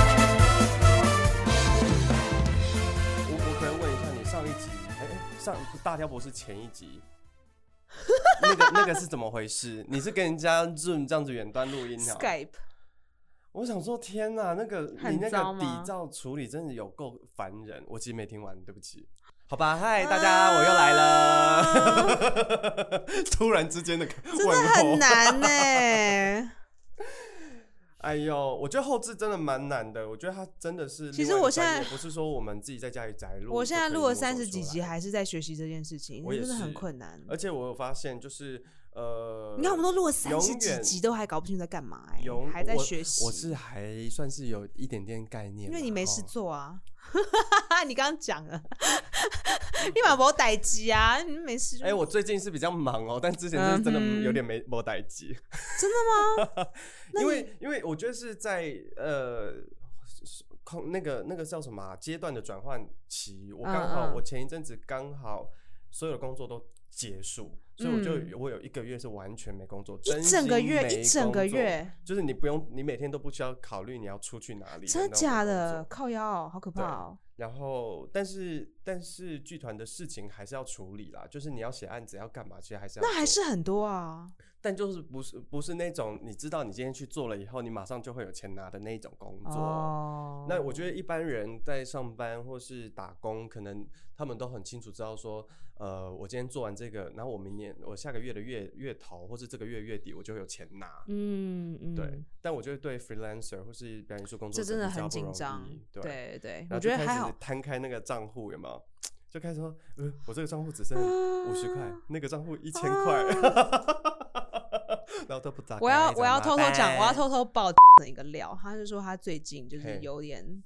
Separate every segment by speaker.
Speaker 1: 哎大挑博士前一集，那个那个是怎么回事？你是跟人家 Zoom 这样子远端录音啊？
Speaker 2: Skype
Speaker 1: 我想说，天哪，那个
Speaker 2: 很
Speaker 1: 你那
Speaker 2: 糟
Speaker 1: 个
Speaker 2: 吗
Speaker 1: 底噪处理真的有够烦人。我其实没听完，对不起。好吧，
Speaker 2: 啊
Speaker 1: 嗨，大家，我又来了。 突然之间的
Speaker 2: 真的
Speaker 1: 问候
Speaker 2: 很难呢、
Speaker 1: 哎呦，我觉得后置真的蛮难的。我觉得它真的是另外一个专业，
Speaker 2: 其实我现在
Speaker 1: 不是说我们自己在家里宅录，
Speaker 2: 我现在
Speaker 1: 就可以
Speaker 2: 录了
Speaker 1: 摸索
Speaker 2: 三十
Speaker 1: 出
Speaker 2: 几集，
Speaker 1: 来。
Speaker 2: 还是在学习这件事情，
Speaker 1: 我也
Speaker 2: 真的很
Speaker 1: 是
Speaker 2: 困难。
Speaker 1: 而且我有发现，就是呃，
Speaker 2: 你看，我们都录了三
Speaker 1: 永
Speaker 2: 十几
Speaker 1: 远
Speaker 2: 集，都还搞不清楚在干嘛、欸，
Speaker 1: 有
Speaker 2: 还在
Speaker 1: 我
Speaker 2: 学习。
Speaker 1: 我是还算是有一点点概念啦，
Speaker 2: 因为你没事
Speaker 1: 哦
Speaker 2: 做啊。 你刚刚讲了，立马把我逮鸡啊！你没事就
Speaker 1: 哎、我最近是比较忙哦，但之前是真
Speaker 2: 嗯哼
Speaker 1: 的有点没没待机。
Speaker 2: 真的 那
Speaker 1: 因为因为我觉得是在呃空那个那个叫什么啊、阶段的转换期，我刚好、
Speaker 2: 嗯嗯
Speaker 1: 我前一阵子刚好所有的工作都结束，所以我就、
Speaker 2: 嗯
Speaker 1: 我有一个月是完全没工作，
Speaker 2: 一
Speaker 1: 真
Speaker 2: 整个
Speaker 1: 心
Speaker 2: 月，
Speaker 1: 没
Speaker 2: 一整个
Speaker 1: 工作。
Speaker 2: 月，
Speaker 1: 就是你不用，你每天都不需要考虑你要出去哪里，
Speaker 2: 真的假的？？靠腰哦、好可怕
Speaker 1: 对
Speaker 2: 哦！
Speaker 1: 然后，但是但是剧团的事情还是要处理啦，就是你要写案子要干嘛，其实还是要
Speaker 2: 那还
Speaker 1: 做
Speaker 2: 是很多啊。
Speaker 1: 但就是不是不是那种你知道你今天去做了以后，你马上就会有钱拿的那一种工作。
Speaker 2: 哦，
Speaker 1: 那我觉得一般人在上班或是打工，可能他们都很清楚知道说，呃，我今天做完这个，然后我明年我下个月的月月头或是这个月月底我就有钱拿。
Speaker 2: 嗯嗯，
Speaker 1: 对，但我觉得对 freelancer 或是表演艺术工作
Speaker 2: 这
Speaker 1: 者
Speaker 2: 真的
Speaker 1: 比较
Speaker 2: 很
Speaker 1: 不容
Speaker 2: 紧
Speaker 1: 易
Speaker 2: 张。
Speaker 1: 对，
Speaker 2: 对对
Speaker 1: 然，后
Speaker 2: 我
Speaker 1: 就
Speaker 2: 觉得
Speaker 1: 开
Speaker 2: 还
Speaker 1: 始
Speaker 2: 好。
Speaker 1: 摊开那个账户有没有？就开始说，呃，我这个账户只剩
Speaker 2: 啊
Speaker 1: 五十块，那个账户一千块， 然后都不咋。
Speaker 2: 我要我要偷偷讲，我要
Speaker 1: 怎么
Speaker 2: 偷偷爆的一个料。他就说他最近就是
Speaker 1: 哎嘿
Speaker 2: 有点，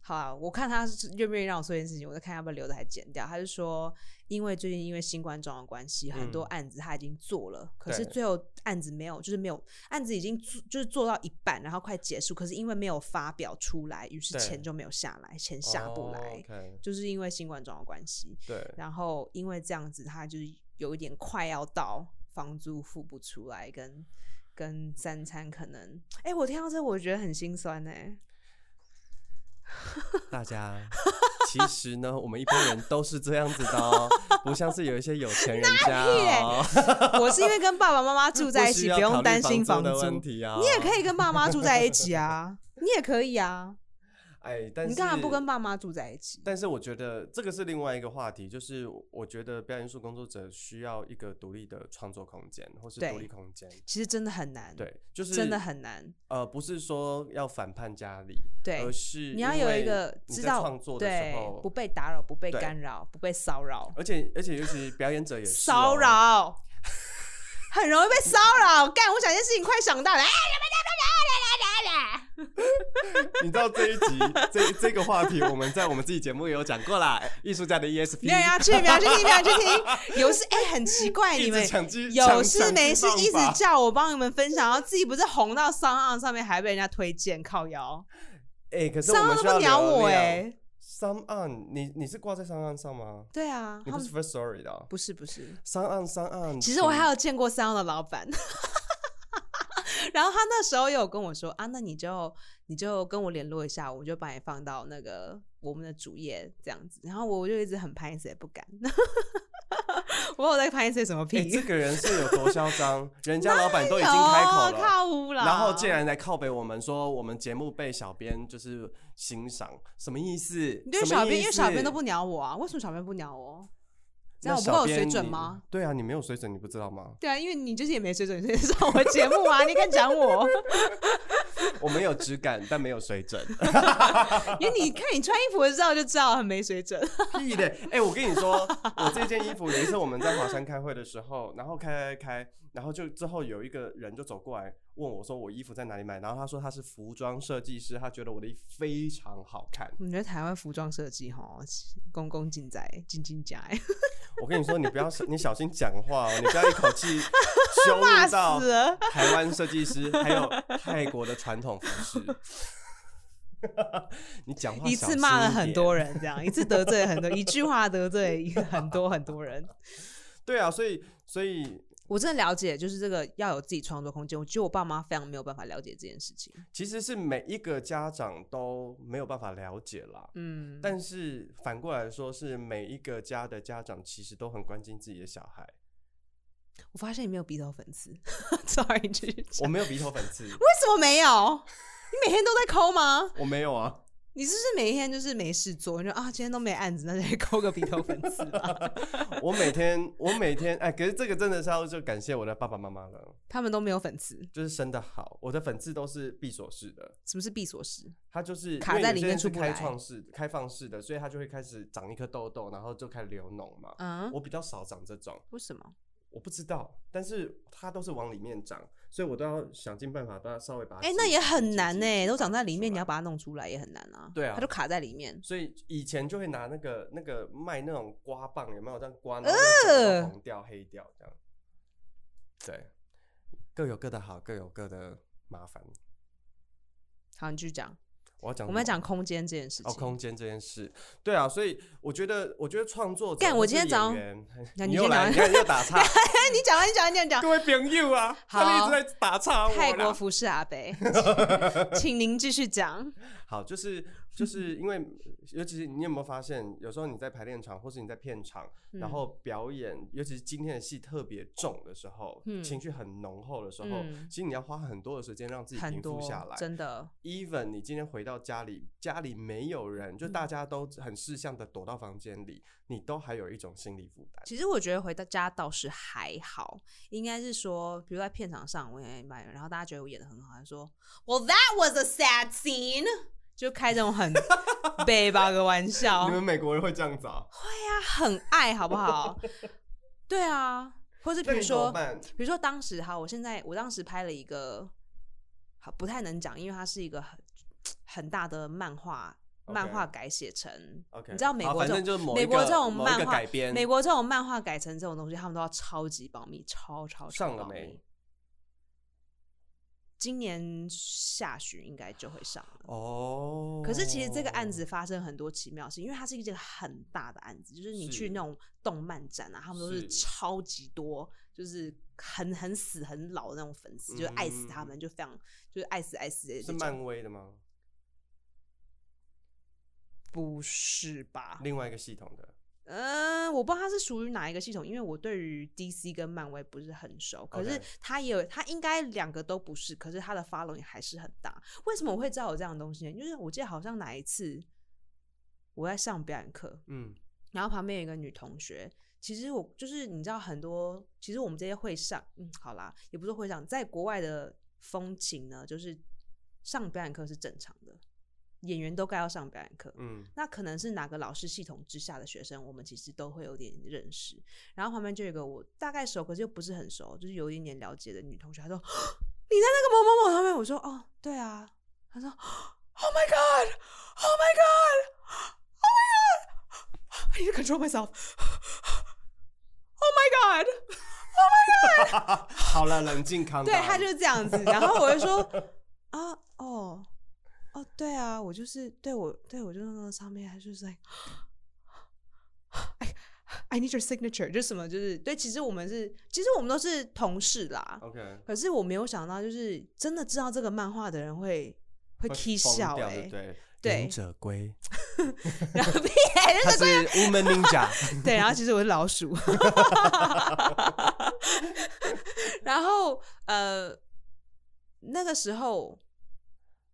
Speaker 2: 好啊，我看他是愿不愿意让我做这件事情，我就看要不要留着还剪掉。他就说，因为最近因为新冠状的关系，很多
Speaker 1: 嗯
Speaker 2: 案子他已经做了，可是
Speaker 1: 对
Speaker 2: 最后案子没有，就是没有案子已经做就是做到一半，然后快结束，可是因为没有发表出来，于是
Speaker 1: 对
Speaker 2: 钱就没有下来，钱
Speaker 1: 办
Speaker 2: 下不来，
Speaker 1: 哦，OK，
Speaker 2: 就是因为新冠状的关系。
Speaker 1: 对，
Speaker 2: 然后因为这样子，他就是有一点快要到房租付不出来，跟跟三餐可能，哎、我听到这我觉得很心 酸呢、
Speaker 1: 大家，其实呢，我们一般人都是这样子的哦，不像是有一些有钱人家哦，
Speaker 2: 我是因为跟爸爸妈妈 住在一
Speaker 1: 需
Speaker 2: 起，
Speaker 1: 要
Speaker 2: 不
Speaker 1: 考
Speaker 2: 用
Speaker 1: 虑
Speaker 2: 担心
Speaker 1: 房
Speaker 2: 房
Speaker 1: 租的
Speaker 2: 租，
Speaker 1: 问题啊。
Speaker 2: 你也可以跟爸妈住在一起啊，你也可以啊，
Speaker 1: 哎， 但是
Speaker 2: 你干嘛不跟爸妈住在一起？
Speaker 1: 但是我觉得这个是另外一个话题，就是我觉得表演艺术工作者需要一个独立的创作空间，或是独
Speaker 2: 对
Speaker 1: 立空间。
Speaker 2: 其实真的很难，，
Speaker 1: 对，就是
Speaker 2: 真的很难，
Speaker 1: 呃，不是说要反叛家里，
Speaker 2: 对
Speaker 1: 而。是
Speaker 2: 你要
Speaker 1: 因
Speaker 2: 有一
Speaker 1: 为
Speaker 2: 个
Speaker 1: 你
Speaker 2: 知
Speaker 1: 在
Speaker 2: 道
Speaker 1: 创作的
Speaker 2: 对
Speaker 1: 时候
Speaker 2: 不，被打扰、不被
Speaker 1: 对
Speaker 2: 干扰、不被骚扰。
Speaker 1: 而且而且尤其表演者也是哦
Speaker 2: 骚，扰，很容易被骚扰。干，我想一件事情，快想到了，哎，
Speaker 1: 你知道这一集这这个话题，我们在我们自己节目也有讲过啦，艺术家的 ESP，
Speaker 2: 没有人要去，没有啊人要去听，没有人要去听。有事 哎、很奇怪，
Speaker 1: 一
Speaker 2: 你
Speaker 1: 直
Speaker 2: 们
Speaker 1: 抢机，
Speaker 2: 有
Speaker 1: 抢
Speaker 2: 事没事一直。
Speaker 1: 抢机
Speaker 2: 叫我帮你们分享，然后自己不是红到商岸上面，还被人家推荐靠腰，
Speaker 1: 哎、可是我
Speaker 2: 商
Speaker 1: 们
Speaker 2: 岸
Speaker 1: 需
Speaker 2: 都
Speaker 1: 要
Speaker 2: 不鸟我哎、
Speaker 1: 哎、上岸，你你是挂在上岸上吗？
Speaker 2: 对啊，
Speaker 1: 你
Speaker 2: 他
Speaker 1: 不
Speaker 2: 们
Speaker 1: 是 First Story 的、哦？
Speaker 2: 不是不是，
Speaker 1: 上岸上岸。
Speaker 2: 其实我
Speaker 1: 请
Speaker 2: 还有见过三样的老板， 然后他那时候也有跟我说啊，那你就你就跟我联络一下，我就把你放到那个我们的主页这样子。然后我就一直很拍谁不敢， 我有在拍谁什么
Speaker 1: 哎、
Speaker 2: 屁？
Speaker 1: 这个人是有多嚣 张？人家老板都已经
Speaker 2: 有啊
Speaker 1: 开口了，
Speaker 2: 靠污啦！
Speaker 1: 然后竟然来靠北我们说我们节目被小编就是欣赏，什么意思？
Speaker 2: 你对
Speaker 1: 什么
Speaker 2: 小编，
Speaker 1: 意
Speaker 2: 因为小编
Speaker 1: 思
Speaker 2: 都不鸟我啊，为什么小编不鸟我？这
Speaker 1: 那
Speaker 2: 样我不
Speaker 1: 小
Speaker 2: 够有
Speaker 1: 编
Speaker 2: 水准
Speaker 1: 你
Speaker 2: 吗？？？
Speaker 1: 对啊，你没有水准，你不知道吗
Speaker 2: 对啊，因为你就是也没水准，所以上我节目啊，你敢讲我？
Speaker 1: 我们有质感，但没有水准。
Speaker 2: 因为你看你穿衣服的时候就知道很没水准。
Speaker 1: 屁的！哎、我跟你说，我这件衣服有一次我们在华山开会的时候，然后开开开，然后就之后有一个人就走过来问我说我衣服在哪里买，然后他说他是服装设计师，他觉得我的衣服非常好看。
Speaker 2: 我觉得台湾服装设计哈，公公进仔进进家，欸
Speaker 1: 我跟你说，你不要你小心讲话哦，你不要一口气羞
Speaker 2: 怕
Speaker 1: 辱到
Speaker 2: 死了！
Speaker 1: 台湾设计师，还有泰国的传统服饰。 你讲话
Speaker 2: 一
Speaker 1: 小
Speaker 2: 次
Speaker 1: 心
Speaker 2: 骂了
Speaker 1: 一
Speaker 2: 很
Speaker 1: 点
Speaker 2: 多人，这样一次得罪了很多，一句话得罪很多很多人。
Speaker 1: 对啊，所以所以
Speaker 2: 我真的了解，就是这个要有自己创作空间。我觉得我爸妈非常没有办法了解这件事情。
Speaker 1: 其实是每一个家长都没有办法了解啦。
Speaker 2: 嗯，
Speaker 1: 但是反过来说，是每一个家的家长其实都很关心自己的小孩。
Speaker 2: 我发现你没有鼻头粉刺 ，sorry，继续
Speaker 1: 我
Speaker 2: 讲。
Speaker 1: 没有鼻头粉 刺，
Speaker 2: 为什么没有？你每天都在抠吗？
Speaker 1: 我没有啊。
Speaker 2: 你是不是每一天就是没事做？你就啊，今天都没案子，那就来抠个鼻头粉刺吧。
Speaker 1: 我每天，我每天，哎，可是这个真的是要就感谢我的爸爸妈妈了，
Speaker 2: 他们都没有粉刺，
Speaker 1: 就是生的好，我的粉刺都是闭锁式的，
Speaker 2: 什么是闭锁式？
Speaker 1: 它就是
Speaker 2: 卡
Speaker 1: 因为
Speaker 2: 在
Speaker 1: 有
Speaker 2: 里
Speaker 1: 些
Speaker 2: 面
Speaker 1: 人
Speaker 2: 出
Speaker 1: 是
Speaker 2: 不
Speaker 1: 开
Speaker 2: 来
Speaker 1: 创式、开放式的，所以它就会开始长一颗痘痘，然后就开始流脓嘛。
Speaker 2: 啊？
Speaker 1: 我比较少长这种，
Speaker 2: 为什么？
Speaker 1: 我不知道，但是它都是往里面长，所以我都要想尽办法，都要稍微把它挤
Speaker 2: 哎、
Speaker 1: 挤。
Speaker 2: 那也
Speaker 1: 挤
Speaker 2: 很
Speaker 1: 挤
Speaker 2: 难
Speaker 1: 挤
Speaker 2: 呢、
Speaker 1: 挤
Speaker 2: 都
Speaker 1: 挤
Speaker 2: 长在里
Speaker 1: 出
Speaker 2: 面，你
Speaker 1: 来
Speaker 2: 要把它弄出来也很难啊。
Speaker 1: 对啊
Speaker 2: 它就卡在里面。
Speaker 1: 所以以前就会拿那个那个卖那种刮棒，有没有这样刮，然后就整个
Speaker 2: 呃
Speaker 1: 都红掉、黑掉这样。对，各有各的好，各有各的麻烦。
Speaker 2: 好，你继续讲。
Speaker 1: 我要讲什么，
Speaker 2: 我们要讲空间这件事情。
Speaker 1: 哦，空间这件事。对啊，所以我觉得，我觉得创作者
Speaker 2: 干我
Speaker 1: 或
Speaker 2: 今
Speaker 1: 是
Speaker 2: 天早上
Speaker 1: 演员
Speaker 2: 那
Speaker 1: 你
Speaker 2: 你
Speaker 1: 又
Speaker 2: 先
Speaker 1: 来，
Speaker 2: 讲
Speaker 1: 你看又打 岔，
Speaker 2: 哎、 你讲完，你讲完，你 讲
Speaker 1: 各位朋友啊，他们一
Speaker 2: 好
Speaker 1: 直在打岔我
Speaker 2: 泰国
Speaker 1: 啦。
Speaker 2: 服饰 阿贝，请您继续讲。
Speaker 1: 好，就是就是因为，尤其是你有没有发现，有时候你在排练场或是你在片场，
Speaker 2: 嗯
Speaker 1: 然后表演，尤其是今天的戏特别重的时候，
Speaker 2: 嗯
Speaker 1: 情绪很浓厚的时候，
Speaker 2: 嗯
Speaker 1: 其实你要花很多的时间让自己
Speaker 2: 很
Speaker 1: 平复
Speaker 2: 多
Speaker 1: 下来。
Speaker 2: 真的，
Speaker 1: even 你今天回到家里，家里没有人，就
Speaker 2: 嗯
Speaker 1: 大家都很识相的躲到房间里，你都还有一种心理负担。
Speaker 2: 其实我觉得回到家倒是还好，应该是说，比如在片场上我演一半，然后大家觉得我演的很好，他说，Well that was a sad scene，就开这种很 背吧个玩笑。
Speaker 1: 你们美国人会这样子 啊？
Speaker 2: 他很爱，好不好？对啊，或是比
Speaker 1: 那
Speaker 2: 如
Speaker 1: 你怎么
Speaker 2: 说，
Speaker 1: 办？
Speaker 2: 比如说当时哈，我现在我当时拍了一个，好不太能讲，因为它是一个很很大的漫画
Speaker 1: OK
Speaker 2: 漫画改写成
Speaker 1: OK，
Speaker 2: 你知道美
Speaker 1: 好
Speaker 2: 国
Speaker 1: 反
Speaker 2: 这
Speaker 1: 正
Speaker 2: 种
Speaker 1: 就是某
Speaker 2: 美
Speaker 1: 一
Speaker 2: 国
Speaker 1: 个
Speaker 2: 这种
Speaker 1: 某一
Speaker 2: 漫
Speaker 1: 个
Speaker 2: 画
Speaker 1: 改编，
Speaker 2: 美国这种漫画改成这种东西，他们都要超级保密，超超超
Speaker 1: 上了
Speaker 2: 保
Speaker 1: 没
Speaker 2: 密。今年下旬应该就会上了。
Speaker 1: 哦。
Speaker 2: 可是其实这个案子发生很多奇妙的事，因为它是一个很大的案子，就是你去
Speaker 1: 是
Speaker 2: 那种动漫展啊，他们都是
Speaker 1: 是
Speaker 2: 超级多，就是很很死很老的那种粉丝，就是爱死他们，就非常就是爱死爱死的
Speaker 1: 嗯是
Speaker 2: 那种。
Speaker 1: 漫威的吗？
Speaker 2: 不是吧？
Speaker 1: 另外一个系统的。
Speaker 2: 嗯，我不知道它是属于哪一个系统，因为我对于 DC 跟漫威不是很熟，可是
Speaker 1: OK
Speaker 2: 它也有，它应该两个都不是，可是它的 following 还是很大。为什么我会知道有这样的东西呢？就是我记得好像哪一次我在上表演课，
Speaker 1: 嗯，
Speaker 2: 然后旁边有一个女同学。其实我就是你知道很多，其实我们这些会上，嗯，好啦，也不是会上，在国外的风情呢，就是上表演课是正常的，演员都该要上表演课。
Speaker 1: 嗯，
Speaker 2: 那可能是哪个老师系统之下的学生，我们其实都会有点认识。然后旁边就有一个我大概熟，可是又不是很熟，就是有一点点了解的女同学，她说你在那个某某某上面，我说哦，对啊。她说 Oh my god, Oh my god, Oh my god, I need to control myself. Oh my god.
Speaker 1: 好了，冷静 康。
Speaker 2: 对他就是这样子。然后我 就说啊，哦，哦，对啊，我就是对我对我就弄到上面，他就是 like I I need your signature，就什么就是对，其实我们是其实我们都是同事啦，
Speaker 1: OK，
Speaker 2: 可是我没有想到，就是真的知道这个漫画的人会。会
Speaker 1: 疯
Speaker 2: k 笑
Speaker 1: 掉
Speaker 2: 哎、
Speaker 1: 对不 对
Speaker 2: 对
Speaker 1: 忍者龟，
Speaker 2: 然后 屁
Speaker 1: 它是 Woman Ninja。
Speaker 2: 对，然后其实我是老鼠，然后呃，那个时候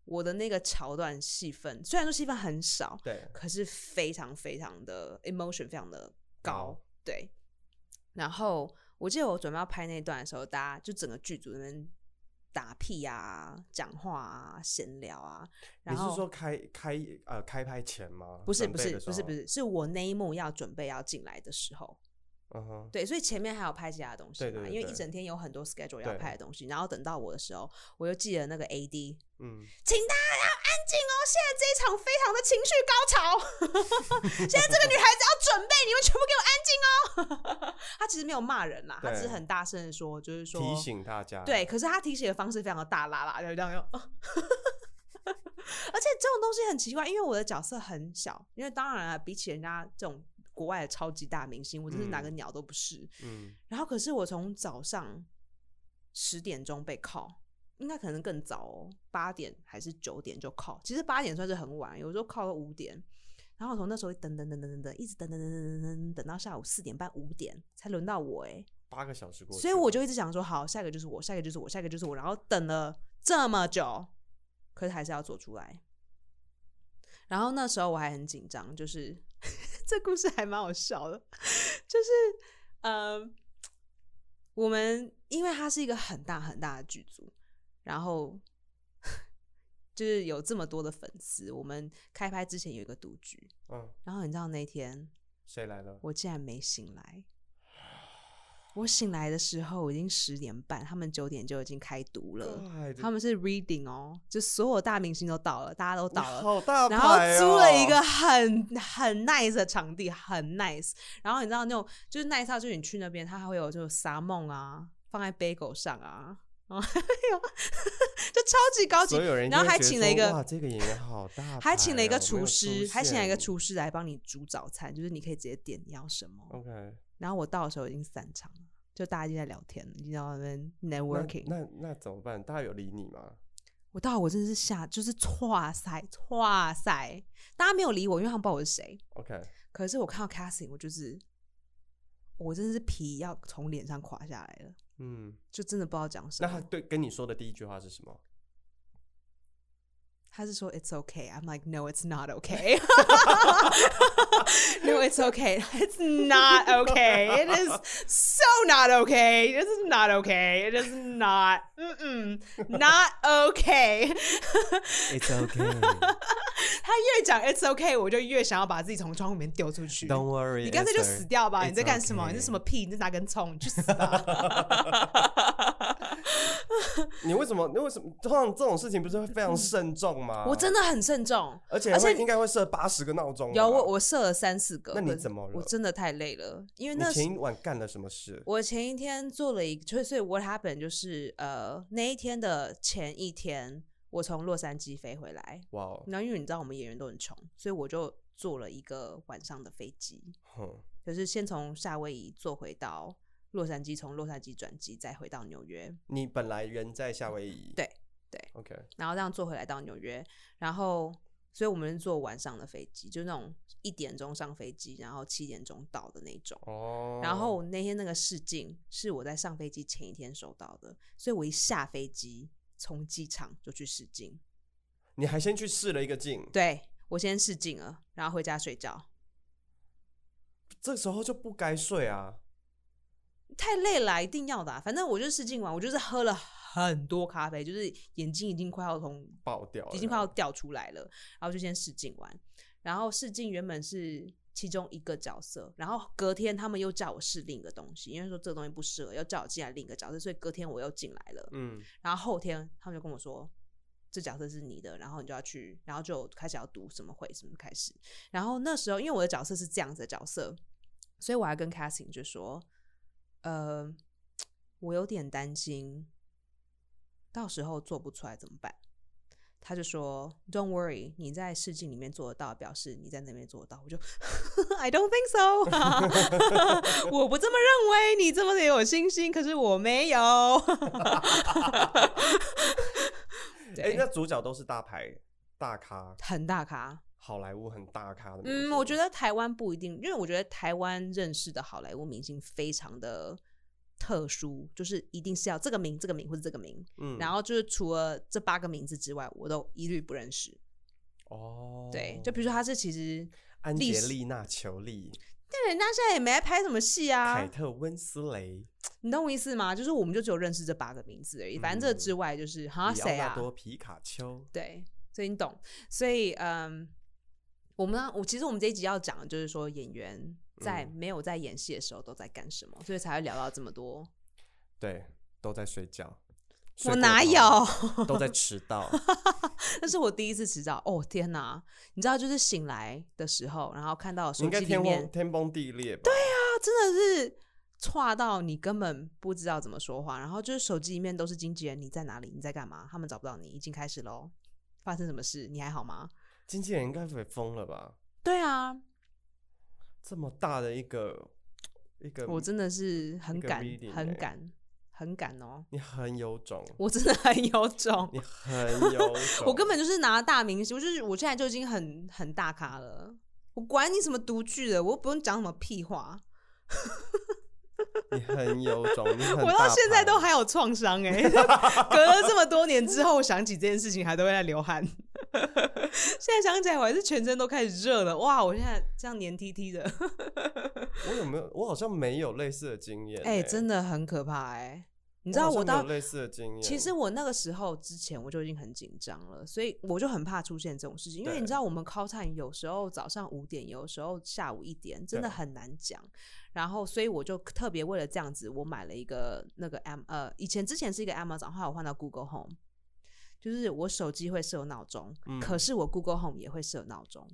Speaker 2: 我的那个桥段戏份，虽然说戏份很少，
Speaker 1: 对，
Speaker 2: 可是非常非常的 emotion 非常的高
Speaker 1: 高，
Speaker 2: 对。然后我记得我准备要拍那段的时候，大家就整个剧组那边打屁啊、讲话啊、闲聊啊，
Speaker 1: 你
Speaker 2: 然后
Speaker 1: 是说开开呃开拍前吗？
Speaker 2: 不是
Speaker 1: 准
Speaker 2: 不
Speaker 1: 备
Speaker 2: 是
Speaker 1: 的时
Speaker 2: 不是
Speaker 1: 候
Speaker 2: 不，是，是我那一幕要准备要进来的时候，
Speaker 1: 嗯哼，
Speaker 2: 对，所以前面还有拍其他的东西嘛，
Speaker 1: 对对对
Speaker 2: 因为一
Speaker 1: 对
Speaker 2: 整天有很多 schedule 要
Speaker 1: 对
Speaker 2: 拍的东西，然后等到我的时候，我又记得那个 AD，
Speaker 1: 嗯，
Speaker 2: 请大家安静哦，现在这一场非常的情绪高潮， 现在这个女孩子要准备，你们全部给我安静哦。 他其实没有骂人啦，他只是
Speaker 1: 对
Speaker 2: 很大声的说，就是说
Speaker 1: 提醒大家。
Speaker 2: 对，，可是他提醒的方式非常的大啦啦，就这样用。 而且这种东西很奇怪，因为我的角色很小，因为当然啊，比起人家这种国外的超级大明星，我真是哪个
Speaker 1: 嗯
Speaker 2: 鸟都不是。
Speaker 1: 嗯，
Speaker 2: 然后可是我从早上十点钟被靠，应该可能更早哦，八点还是九点就靠。其实八点算是很晚，有时候靠到五点。然后我从那时候等等等等等等，一直等等等等等等，等到下午四点半五点才轮到我哎、
Speaker 1: 八个小时过去了，
Speaker 2: 所以我就一直想说，好，下一个就是我，下一个就是我，下一个就是我，然后等了这么久，可是还是要做出来。然后那时候我还很紧张，就是 这故事还蛮好笑的，就是呃，我们因为它是一个很大很大的剧组，然后 就是有这么多的粉丝，我们开拍之前有一个赌局，
Speaker 1: 嗯，
Speaker 2: 然后你知道那天
Speaker 1: 谁来了？
Speaker 2: 我竟然没醒来。我醒来的时候已经十点半，他们九点就已经开读了。
Speaker 1: God，
Speaker 2: 他们是 reading 哦，就所有大明星都到了，大家都
Speaker 1: 你
Speaker 2: 到了，
Speaker 1: 好大牌
Speaker 2: 然
Speaker 1: 哦、
Speaker 2: 后租了一个很很 nice 的场地，很 nice。然后你知道那种就是 nice 到就是你去那边，它还会有就是沙梦啊，放在 bagel 上啊，然后 还有就超级高级
Speaker 1: 所，有人一定
Speaker 2: 然后
Speaker 1: 会
Speaker 2: 还
Speaker 1: 觉得
Speaker 2: 请了一
Speaker 1: 说
Speaker 2: 个
Speaker 1: 哇，这个演员好大牌哦、
Speaker 2: 还请了一个
Speaker 1: 没有
Speaker 2: 厨师，
Speaker 1: 出
Speaker 2: 还请了一个
Speaker 1: 现
Speaker 2: 厨师来帮你煮早餐，就是你可以直接点你要什么。
Speaker 1: ，OK，
Speaker 2: 然后我到的时候已经散场了，就大家已经在聊天了，已经在那边
Speaker 1: 那
Speaker 2: networking。
Speaker 1: 那那怎么办？大家有理你吗？
Speaker 2: 我到我真的是吓，就是哇塞哇塞，大家没有理我，因为他们不知道我是谁。
Speaker 1: OK，
Speaker 2: 可是我看到 Cassie，我就是我真的是皮要从脸上垮下来了，
Speaker 1: 嗯，
Speaker 2: 就真的不知道讲什
Speaker 1: 那他
Speaker 2: 么。
Speaker 1: 对跟你说的第一句话是什么？
Speaker 2: 他是说 It's okay, I'm like No, it's not okay. no, it's okay, it's not okay. It is so not okay. It is not okay. It is not, mm mm, not okay.
Speaker 1: It's okay.
Speaker 2: 他越讲 It's okay，我就越想要把自己从窗户里面丢出去。
Speaker 1: worry.
Speaker 2: 你干脆就死掉吧！
Speaker 1: It's
Speaker 2: 你在干什么
Speaker 1: okay
Speaker 2: 你是什么屁？你是哪根葱？你去死吧！
Speaker 1: 你为什么？你为什么？通常这种事情不是会非常慎重吗？
Speaker 2: 我真
Speaker 1: 的，
Speaker 2: 的很慎重，
Speaker 1: 而且
Speaker 2: 而且
Speaker 1: 会应该会设八十个闹钟吧。
Speaker 2: 有我我设了三四个。
Speaker 1: 那你
Speaker 2: 可是
Speaker 1: 怎么了
Speaker 2: 我真的太累了，因为
Speaker 1: 你
Speaker 2: 那时
Speaker 1: 前一晚干了什么事？
Speaker 2: 我前一天做了一，所以所以 what happened 就是呃那一天的前一天，我从洛杉矶飞回来，
Speaker 1: 哇哦，
Speaker 2: 然后因为你知道我们演员都很穷，所以我就坐了一个晚上的飞机，
Speaker 1: 哼
Speaker 2: 就是先从夏威夷坐回到洛杉矶，从洛杉矶转机再回到纽约，
Speaker 1: 你本来人在夏威夷。
Speaker 2: 对对。
Speaker 1: OK，
Speaker 2: 然后这样坐回来到纽约，然后所以我们是坐晚上的飞机，就那种一点钟上飞机，然后七点钟到的那种。
Speaker 1: 哦。
Speaker 2: 然后那天那个试镜是我在上飞机前一天收到的，所以我一下飞机从机场就去试镜。
Speaker 1: 你还先去试了一个镜，
Speaker 2: 对我先试镜了，然后回家睡觉，
Speaker 1: 这时候就不该睡啊。
Speaker 2: 太累了啊、一定要的啊、反正我就试镜完，我就是喝了很多咖啡，就是眼睛已经快要从
Speaker 1: 爆掉了，
Speaker 2: 已经快要掉出来了，然后就先试镜完，然后试镜原本是其中一个角色，然后隔天他们又叫我试另一个东西，因为说这个东西不适合，要叫我进来另一个角色，所以隔天我又进来了。
Speaker 1: 嗯，
Speaker 2: 然后后天他们就跟我说，这角色是你的，然后你就要去，然后就开始要读什么会什么开始。然后那时候因为我的角色是这样子的角色，所以我还跟 Casting 就说，呃，我有点担心，到时候做不出来怎么办？他就说：“Don't worry，你在试镜里面做得到，表示你在那边做得到。”我就 I don't think so，我 不这么认为。你这么的有信心，可是我没有。
Speaker 1: 哎、
Speaker 2: 对，
Speaker 1: 那主角都是大牌、大咖，
Speaker 2: 很大咖。
Speaker 1: 好莱坞很大咖的明星。
Speaker 2: 嗯，我觉
Speaker 1: 得
Speaker 2: 得台湾不一定，因为我觉得台湾认识的好莱坞明星非常的特殊，就是一定是要这个名、这个名或者这个名。
Speaker 1: 嗯
Speaker 2: 然后就是除了这八个名字之外，我都一律不认识。
Speaker 1: 哦，
Speaker 2: 对，就比如说他是其实，
Speaker 1: 安
Speaker 2: 历
Speaker 1: 杰
Speaker 2: 史
Speaker 1: 丽娜·裘丽、
Speaker 2: 但人家现在也没在拍什么戏
Speaker 1: 凯
Speaker 2: 啊，
Speaker 1: 特·温斯雷、
Speaker 2: 你懂我意思吗？就是我们就只有认识这八个名字而已，反正这
Speaker 1: 嗯
Speaker 2: 之外就是好像
Speaker 1: 里奥
Speaker 2: 谁
Speaker 1: 纳
Speaker 2: 啊？
Speaker 1: 多·皮卡丘。
Speaker 2: 对，所以你懂，所以嗯，我们呢，我其实我们这一集要讲的就是说演员在
Speaker 1: 嗯
Speaker 2: 没有在演戏的时候都在干什么，所以才会聊到这么多。
Speaker 1: 对，都在睡觉。睡
Speaker 2: 我
Speaker 1: 过
Speaker 2: 哪
Speaker 1: 头
Speaker 2: 有？
Speaker 1: 都在迟到。
Speaker 2: 那是我第一次迟到。哦天哪！你知道，就是醒来的时候，然后看到
Speaker 1: 你
Speaker 2: 手
Speaker 1: 应该
Speaker 2: 机里
Speaker 1: 天
Speaker 2: 面
Speaker 1: 崩，天崩地裂吧？对呀、
Speaker 2: 他真的是差到你根本不知道怎么说话，然后就是手机里面都是经纪人，你在哪里？你在干嘛？他们找不到你，已经开始喽。发生什么事？你还好吗？
Speaker 1: 经纪人应该会疯了吧？
Speaker 2: 对啊，
Speaker 1: 这么大的一个一个，
Speaker 2: 我真的是很
Speaker 1: 一个
Speaker 2: 敢
Speaker 1: reading，
Speaker 2: 很
Speaker 1: 欸
Speaker 2: 敢，很敢哦，
Speaker 1: 你很有种，
Speaker 2: 我真的很有种。
Speaker 1: 你很有种，
Speaker 2: 我根本就是拿大明星，我就是我现在就已经很很大咖了，我管你什么独剧的，我又不用讲什么屁话，
Speaker 1: 你很有 种，你很
Speaker 2: 我到
Speaker 1: 大欸
Speaker 2: 现在
Speaker 1: 牌
Speaker 2: 都还有创伤哎， 隔了这么多年之后，我想起这件事情还都会在 流汗，现在想起来我还是全身都开始热了，哇，我现在这样黏 T T 的，
Speaker 1: 我有没有？我好像没有类似的欸经验、
Speaker 2: 哎、真
Speaker 1: 的，
Speaker 2: 的很可怕哎、你
Speaker 1: 你
Speaker 2: 知道我
Speaker 1: 没
Speaker 2: 到
Speaker 1: 有类似的经验。
Speaker 2: 其实我那个时候之前我就已经很紧张了，所以我就很怕出现这种事情，因为
Speaker 1: 对
Speaker 2: 你知道我们 call time 有时候早上五点，有时候下午一点，真的
Speaker 1: 对
Speaker 2: 很难讲。然后，所以我就特别为了这样子，我买了一个那个 M 呃，以前之前是一个 Amazon，后来我换到 Google Home，就是我手机会设闹钟，
Speaker 1: 嗯
Speaker 2: 可是我 Google Home 也会设闹钟。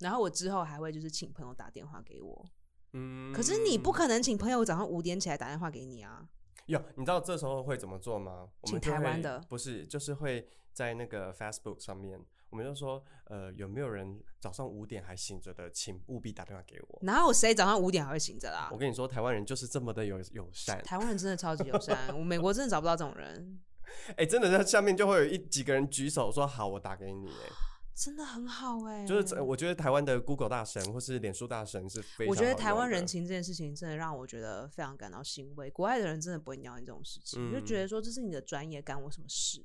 Speaker 2: 然后我之后还会就是请朋友打电话给我，
Speaker 1: 嗯
Speaker 2: 可是你不可能请朋友早上五点起来打电话给你啊，
Speaker 1: 有，你知道这时候会怎么做吗？我们
Speaker 2: 请
Speaker 1: 就
Speaker 2: 台湾
Speaker 1: 会
Speaker 2: 的
Speaker 1: 不是，就是会在那个 Facebook 上面，我们就说，呃，有没有人早上五点还醒着的，请务必打电话给我。
Speaker 2: 哪有谁早上五点还会醒着啦
Speaker 1: 我？跟你说，台湾人就是这么的友友善，
Speaker 2: 啊台湾人真的超级友善，我美国真的找不到这种人，
Speaker 1: 哎、真的在下面就会有一几个人举手说好，我打给你、哎，
Speaker 2: 真的很好哎、
Speaker 1: 就是这我觉得台湾的 Google 大神或是脸书大神是非常
Speaker 2: 我觉得
Speaker 1: 好
Speaker 2: 台湾
Speaker 1: 用的
Speaker 2: 人情这件事情真的让我觉得非常感到欣慰，国外的人真的不会鸟你这种事情，就觉
Speaker 1: 嗯
Speaker 2: 得说这是你的专业，干我什么事？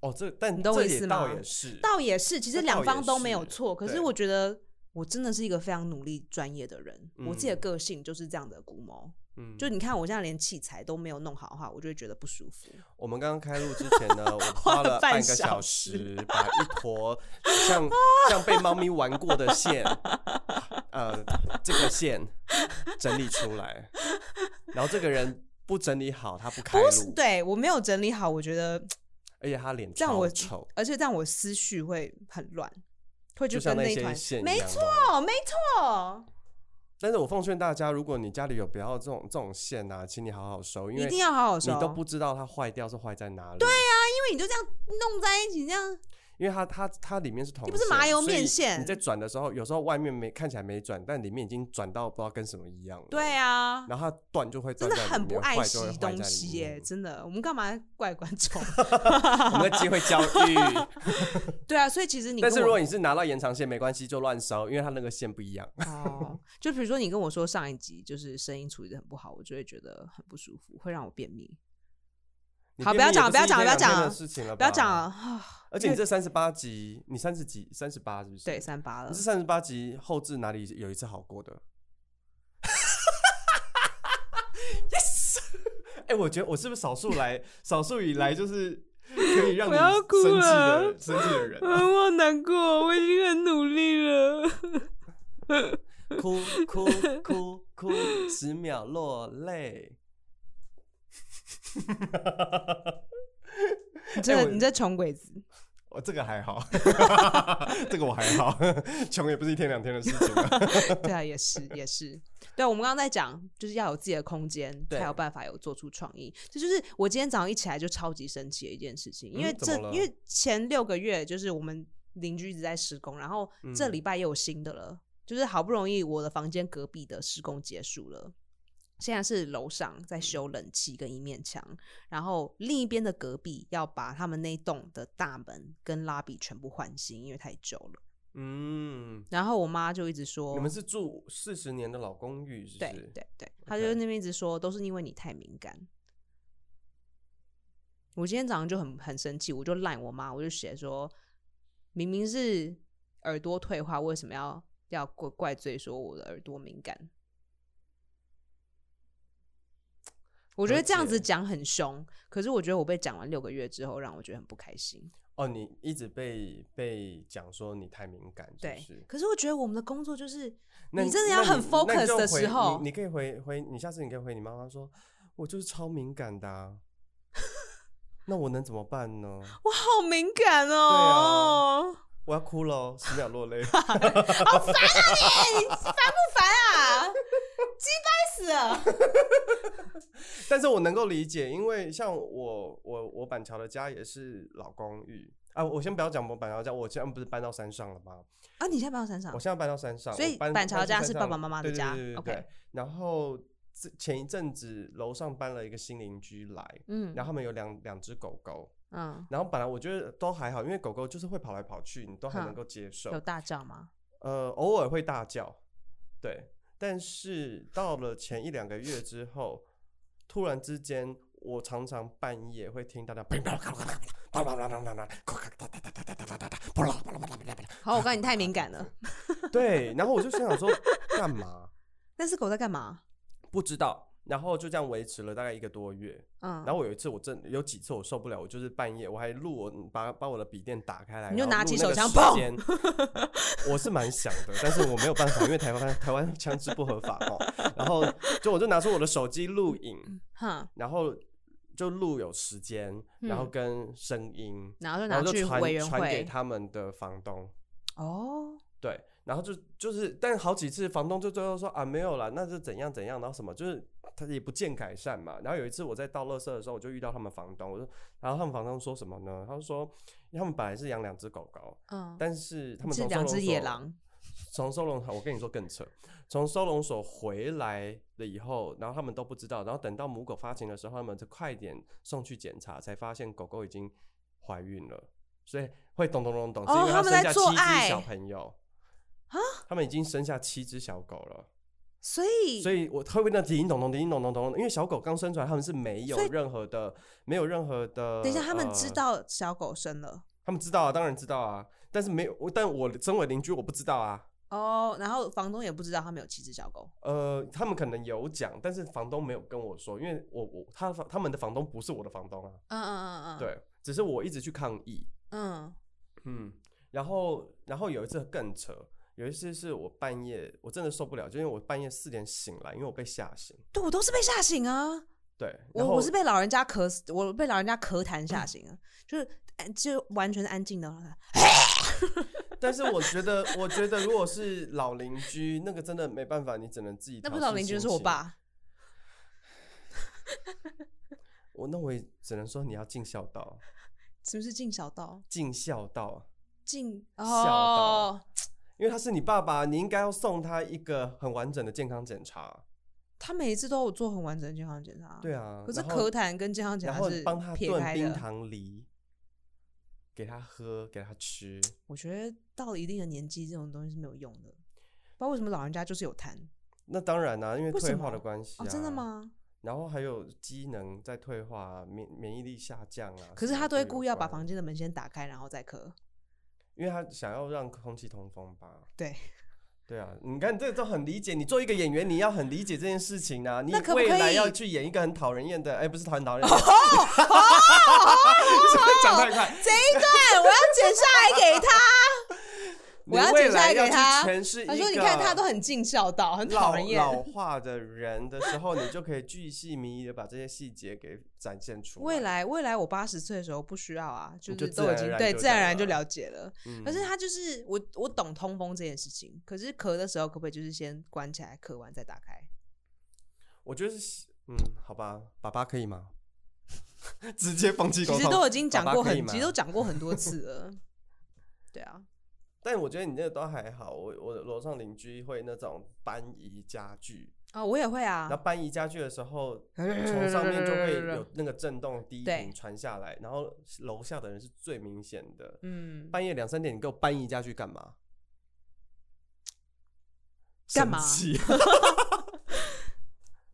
Speaker 1: 哦，这但
Speaker 2: 你懂我
Speaker 1: 这
Speaker 2: 意
Speaker 1: 也
Speaker 2: 思
Speaker 1: 倒
Speaker 2: 吗
Speaker 1: 也是，
Speaker 2: 倒也是，其
Speaker 1: 这
Speaker 2: 实
Speaker 1: 倒
Speaker 2: 两方
Speaker 1: 也
Speaker 2: 都没
Speaker 1: 是
Speaker 2: 有错，可是
Speaker 1: 对
Speaker 2: 我觉得我真的是一个非常努力专业的人，我自己的
Speaker 1: 嗯
Speaker 2: 个性就是这样的古谋。
Speaker 1: 嗯
Speaker 2: 就你看我现在连器材都没有弄好的话，我就会觉得不舒服。
Speaker 1: 我们刚刚开录之前呢， 我花了半个小时把一坨 像像被猫咪玩过的线，呃，这个线整理出来，然后这个人不整理好，他不开
Speaker 2: 不是，
Speaker 1: 录，
Speaker 2: 对我没有整理好，我觉得
Speaker 1: 而且他脸
Speaker 2: 这样我
Speaker 1: 超丑，
Speaker 2: 而且这样我思绪会很乱，会
Speaker 1: 就
Speaker 2: 去
Speaker 1: 像
Speaker 2: 跟一
Speaker 1: 些
Speaker 2: 团。
Speaker 1: 线一
Speaker 2: 没
Speaker 1: 样
Speaker 2: 错，
Speaker 1: 乱。
Speaker 2: 没错，
Speaker 1: 但是我奉劝大家，如果你家里有不要这种这种线啊，请你好好收，因
Speaker 2: 一
Speaker 1: 为
Speaker 2: 定要好好收。
Speaker 1: 你都不知道它坏掉是坏在哪里。对呀、
Speaker 2: 因为你就这样弄在一起，这样
Speaker 1: 因为它它它里面是铜线，
Speaker 2: 不是麻油面
Speaker 1: 所以
Speaker 2: 线
Speaker 1: 你在转的时候，有时候外面没看起来没转，但里面已经转到不知道跟什么一样了。
Speaker 2: 对啊，
Speaker 1: 然后它断就会
Speaker 2: 真
Speaker 1: 断
Speaker 2: 的
Speaker 1: 在里
Speaker 2: 很不
Speaker 1: 面
Speaker 2: 爱
Speaker 1: 坏
Speaker 2: 惜
Speaker 1: 就会坏
Speaker 2: 东
Speaker 1: 在里
Speaker 2: 西耶，
Speaker 1: 面
Speaker 2: 真的。我们干嘛怪观 众？
Speaker 1: 我们在机会教育，
Speaker 2: 对啊，所以其 实你
Speaker 1: 但是
Speaker 2: 跟
Speaker 1: 如
Speaker 2: 我
Speaker 1: 果你是拿到延长线没关系，就乱收，因为它那个线不一样。
Speaker 2: 哦，就比如说你跟我说上一集就是声音处理的很不好，我就会觉得很不舒服，会让我便秘。
Speaker 1: 你
Speaker 2: 好
Speaker 1: 便秘
Speaker 2: 不要
Speaker 1: 也是
Speaker 2: 讲
Speaker 1: 一
Speaker 2: 不要
Speaker 1: 天两天
Speaker 2: 讲
Speaker 1: 的事情了，
Speaker 2: 不要讲了。啊，
Speaker 1: 而且你这三十八集，你三十几、三十八是不是？
Speaker 2: 对，三八了
Speaker 1: 你这，三十八集后置哪里有一次好过的？Yes！哎、我觉得我是不是少数来，少数以来就是可以让你
Speaker 2: 我要哭
Speaker 1: 生气的
Speaker 2: 了
Speaker 1: 生气的人啊、
Speaker 2: 我难过，我已经很努 力了。
Speaker 1: 哭哭哭哭，十秒落泪。
Speaker 2: 你真的、
Speaker 1: 哎我
Speaker 2: 你这穷鬼子，
Speaker 1: 我这个还好， 这个我还好，穷也不是一天两天的事情啊。
Speaker 2: 对啊，也是也是。对啊，我们刚刚在讲，就是要有自己的空间，
Speaker 1: 对
Speaker 2: 才有办法有做出创意。这就是我今天早上一起来就超级生气的一件事情，因为
Speaker 1: 嗯怎
Speaker 2: 这、
Speaker 1: 么了
Speaker 2: 因为前六个月就是我们邻居一直在施工，然后这
Speaker 1: 嗯
Speaker 2: 礼拜又有新的了，就是好不容易我的房间隔壁的施工结束了。现在是楼上在
Speaker 1: 嗯
Speaker 2: 修冷气跟一面墙，然后另一边的隔壁要把他们那一栋的大门跟拉比全部换新，因为太久了。
Speaker 1: 嗯，
Speaker 2: 然后我妈就一直说：“
Speaker 1: 你们是住四十年的老公寓，是不
Speaker 2: 对
Speaker 1: 是？
Speaker 2: 对对，他就
Speaker 1: OK
Speaker 2: 那边一直说都是因为你太敏感。我今天早上就很很生气，我就赖我妈，我就写说，明明是耳朵退化，为什么要要怪怪罪说我的耳朵敏感？我觉
Speaker 1: 了
Speaker 2: 得这样子
Speaker 1: 解
Speaker 2: 讲很凶，可是我觉得我被讲完六个月之后，让我觉得很不开心。
Speaker 1: 哦，你一直被被讲说你太敏感，是不
Speaker 2: 对
Speaker 1: 是，？
Speaker 2: 可是我觉得我们的工作就是
Speaker 1: 那
Speaker 2: 你真的要
Speaker 1: 那
Speaker 2: 很
Speaker 1: 你那你就
Speaker 2: focus 的
Speaker 1: 回
Speaker 2: 时候
Speaker 1: 你你可以回回，你下次你可以回你妈妈说，我就是超敏感的、啊，那我能怎么办呢？
Speaker 2: 我好敏感
Speaker 1: 啊
Speaker 2: 哦，
Speaker 1: 我要哭喽，十秒落泪。
Speaker 2: 你烦不烦啊？鸡掰死了！
Speaker 1: 但是我能够理解，因为像我我我板桥的家也是老公寓，啊，我先不要讲我板桥家，我现在不是搬到山上了吗？
Speaker 2: 啊，你现在搬到山上
Speaker 1: 我，现在搬到山上，
Speaker 2: 所以
Speaker 1: 我搬
Speaker 2: 板桥家
Speaker 1: 搬去
Speaker 2: 是
Speaker 1: 山上
Speaker 2: 爸爸妈妈的
Speaker 1: 对对
Speaker 2: 家
Speaker 1: 对对对
Speaker 2: OK
Speaker 1: 对然后这前一阵子楼上搬了一个新邻居来，
Speaker 2: 嗯，
Speaker 1: 然后他们有两两只狗狗，
Speaker 2: 嗯，
Speaker 1: 然后本来我觉得都还好，因为狗狗就是会跑来跑去，你都还能
Speaker 2: 哼
Speaker 1: 够接受。
Speaker 2: 有大叫吗？
Speaker 1: 呃，偶尔会大叫，对。但是到了前一两个月之后，突然之间，我常常半夜会听到那砰砰砰砰砰砰砰砰
Speaker 2: 好，我告诉你太敏感 了。
Speaker 1: 砰，对。然后我就心想说，干嘛？
Speaker 2: 那只狗在干嘛？
Speaker 1: 不知道。然后就这样维持了大概一个多月。
Speaker 2: 嗯，
Speaker 1: 然后我有一次，我真有几次我受不了，我就是半夜我还录我把把我的笔电打开来，
Speaker 2: 你就
Speaker 1: 然后
Speaker 2: 拿
Speaker 1: 录
Speaker 2: 起
Speaker 1: 那个
Speaker 2: 手枪
Speaker 1: 时
Speaker 2: 砰
Speaker 1: 间我是蛮想的，但是我没有办法，因为台湾台湾枪支不合法哦。然后就我就拿出我的手机录影，
Speaker 2: 哼，
Speaker 1: 然后就录有时间，然后跟声音，
Speaker 2: 然后嗯就
Speaker 1: 然
Speaker 2: 拿
Speaker 1: 后
Speaker 2: 去
Speaker 1: 就传
Speaker 2: 委员
Speaker 1: 传给
Speaker 2: 会。
Speaker 1: 他们的房东。
Speaker 2: 哦，
Speaker 1: 对，然后就就是，但好几次房东就最后说啊没有啦，那是怎样怎样，然后什么就是他也不见改善嘛。然后有一次我在倒垃圾的时候，我就遇到他们房东，我说，然后他们房东说什么呢？他就说因为他们本来是养两只狗狗，
Speaker 2: 嗯，
Speaker 1: 但是他们
Speaker 2: 是
Speaker 1: 从收
Speaker 2: 两
Speaker 1: 容
Speaker 2: 只野
Speaker 1: 所
Speaker 2: 狼。
Speaker 1: 从收容，我跟你说更扯，从收容所回来了以后，然后他们都不知道，然后等到母狗发情的时候，他们就快点送去检查，才发现狗狗已经怀孕了，所以会咚咚咚咚，是因
Speaker 2: 哦
Speaker 1: 为它
Speaker 2: 他们
Speaker 1: 生下
Speaker 2: 在
Speaker 1: 七
Speaker 2: 做
Speaker 1: 只小
Speaker 2: 爱
Speaker 1: 朋友
Speaker 2: 啊，
Speaker 1: 他们已经生下七只小狗了，
Speaker 2: 所以，
Speaker 1: 所以我会不会那叮叮咚咚叮叮咚咚咚咚，因为小狗刚生出来，他们是没有
Speaker 2: 所以
Speaker 1: 任何的，没有任何的，
Speaker 2: 等一下，他们知
Speaker 1: 呃
Speaker 2: 道小狗生了
Speaker 1: 他们知道啊，当然知道啊，但是没有，我但我身为邻居，我不知道啊。
Speaker 2: 哦，然后房东也不知道他们有七只小狗。
Speaker 1: 呃，他们可能有讲，但是房东没有跟我说，因为我我他他们的房东不是我的房东啊，
Speaker 2: 嗯嗯嗯嗯，，
Speaker 1: 对，只是我一直去抗议，
Speaker 2: 嗯
Speaker 1: 嗯，然后然后有一次更扯，有一次是我半夜我真的受不了，就因为我半夜四点醒来，因为我被吓醒，
Speaker 2: 对我都是被吓醒啊，
Speaker 1: 对，
Speaker 2: 我
Speaker 1: 然后
Speaker 2: 我是被老人家咳死，我被老人家咳痰吓醒啊，就是安就完全是安静的，
Speaker 1: 嗯但是我觉得我觉得如果是老邻居，那个真的没办法，你只能自己
Speaker 2: 那不
Speaker 1: 调
Speaker 2: 是老
Speaker 1: 试
Speaker 2: 邻居
Speaker 1: 心
Speaker 2: 是我
Speaker 1: 情，
Speaker 2: 爸，
Speaker 1: 我那我也只能说你要尽孝道，
Speaker 2: 是不是尽小道？
Speaker 1: 尽孝道。
Speaker 2: 尽
Speaker 1: 道
Speaker 2: 哦，
Speaker 1: 因为他是你爸爸，你应该要送他一个很完整的健康检查。
Speaker 2: 他每一次都有做很完整的健康检查，
Speaker 1: 对啊，
Speaker 2: 可是
Speaker 1: 然后
Speaker 2: 咳痰跟健康检
Speaker 1: 然
Speaker 2: 查
Speaker 1: 后
Speaker 2: 是
Speaker 1: 帮他
Speaker 2: 撇
Speaker 1: 炖
Speaker 2: 开
Speaker 1: 冰
Speaker 2: 的。
Speaker 1: 糖梨，给他喝，给他吃。
Speaker 2: 我觉得到了一定的年纪，这种东西是没有用的。不知道为什么老人家就是有痰
Speaker 1: 那当然啦、因为
Speaker 2: 为什
Speaker 1: 退化
Speaker 2: 么
Speaker 1: 的关系、啊
Speaker 2: 哦，真的？吗？
Speaker 1: 然后还有机能在退化、啊，免免疫力下降啊。
Speaker 2: 可是
Speaker 1: 什么
Speaker 2: 他都会
Speaker 1: 有啊
Speaker 2: 故意要把
Speaker 1: 关，
Speaker 2: 房间的门先打开，然后再咳。
Speaker 1: 因为他想要让空气通风吧。
Speaker 2: 对，
Speaker 1: 对啊，你看这个都很理解。你做一个演员，你要很理解这件事情啊。你
Speaker 2: 那可不
Speaker 1: 未
Speaker 2: 可
Speaker 1: 来
Speaker 2: 以哦
Speaker 1: 要去演一个很讨人厌的，哎、不是讨人讨人厌的， 讲太快。
Speaker 2: 这一段我要剪下来给他。 我要
Speaker 1: 你未
Speaker 2: 剪下
Speaker 1: 来
Speaker 2: 来
Speaker 1: 要
Speaker 2: 给
Speaker 1: 去
Speaker 2: 他
Speaker 1: 诠释
Speaker 2: 他
Speaker 1: 一
Speaker 2: 说：“你
Speaker 1: 个
Speaker 2: 看他都很尽孝道，很讨
Speaker 1: 老
Speaker 2: 人厌。
Speaker 1: 老化的人的时候，你就可以巨细靡遗的把这些细节给展现出来。
Speaker 2: 未，来，未来我八十岁的时候不需要啊，就
Speaker 1: 你就是自
Speaker 2: 都已
Speaker 1: 然
Speaker 2: 经
Speaker 1: 而然
Speaker 2: 对
Speaker 1: 就
Speaker 2: 自然
Speaker 1: 这样
Speaker 2: 而然就
Speaker 1: 了
Speaker 2: 了解了。
Speaker 1: 嗯
Speaker 2: 可是他就是我，我懂通风这件事情。可是咳的时候，可不可以就是先关起来，咳完再打开？
Speaker 1: 我觉得是，嗯，好吧，爸爸可以吗？ 直接放弃
Speaker 2: 其
Speaker 1: 沟
Speaker 2: 实都
Speaker 1: 通。
Speaker 2: 已经讲
Speaker 1: 爸爸
Speaker 2: 过
Speaker 1: 可以
Speaker 2: 很，其实
Speaker 1: 吗
Speaker 2: 都讲过很 多次了。对啊，
Speaker 1: 但我觉得你那个都还好。我我楼上邻居会那种搬移家具，
Speaker 2: 啊，我也会啊
Speaker 1: 然后。搬移家具的时候，从上面就会有那个震动低
Speaker 2: 对
Speaker 1: 频传下来，然后楼下的人是最明显的。
Speaker 2: 嗯，
Speaker 1: 半夜两三点，你给我搬移家具干嘛？
Speaker 2: 干嘛
Speaker 1: 生气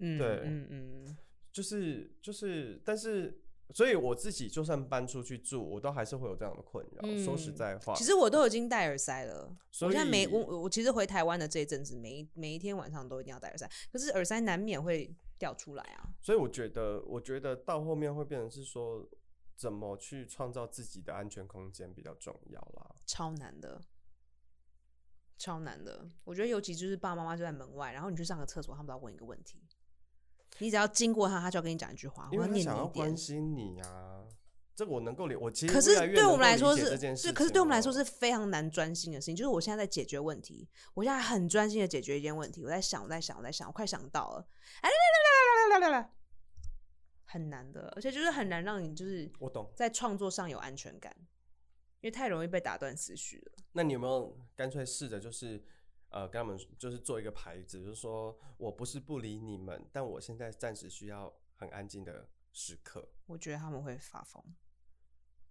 Speaker 2: 嗯，
Speaker 1: 对
Speaker 2: 嗯嗯
Speaker 1: 就是就是，但是，所以我自己就算搬出去住，我都还是会有这样的困扰。说实
Speaker 2: 嗯
Speaker 1: 在话，
Speaker 2: 嗯。其实我都已经戴耳塞了，
Speaker 1: 所
Speaker 2: 我
Speaker 1: 以
Speaker 2: 现在每我我其实回台湾的这一阵子，每一每一天晚上都一定要戴耳塞，可是耳塞难免会掉出来啊。
Speaker 1: 所以我觉得，我觉得到后面会变成是说，怎么去创造自己的安全空间比较重要啦。
Speaker 2: 超难的，超难的。我觉得尤其就是爸爸妈妈就在门外，然后你去上个厕所，他们都要问一个问题，你只要经过他，他就要跟你讲一句话，
Speaker 1: 因
Speaker 2: 我
Speaker 1: 为他
Speaker 2: 念
Speaker 1: 想
Speaker 2: 你
Speaker 1: 要
Speaker 2: 一
Speaker 1: 关
Speaker 2: 点。
Speaker 1: 心你啊，这个我能够理，我其实
Speaker 2: 可是
Speaker 1: 越来越
Speaker 2: 对我
Speaker 1: 能
Speaker 2: 们
Speaker 1: 够
Speaker 2: 来
Speaker 1: 理
Speaker 2: 说
Speaker 1: 解
Speaker 2: 是
Speaker 1: 这件，事
Speaker 2: 是可是
Speaker 1: 情哦
Speaker 2: 对我们来
Speaker 1: 了
Speaker 2: 说是非常难专心的事情。就是我现在在解决问题，我现在很专心的解决一件问题，我在想，我在想，我在想，我快想到了，哎，来来来来来来来来，很难的，而且就是很难让你就是
Speaker 1: 我懂。
Speaker 2: 在创作上有安全感。因为太容易被打断思绪了。
Speaker 1: 那你有没有干脆试着就是呃跟他们就是做一个牌子，就是说我不是不理你们，但我现在暂时需要很安静的时刻。
Speaker 2: 我觉得他们会发疯。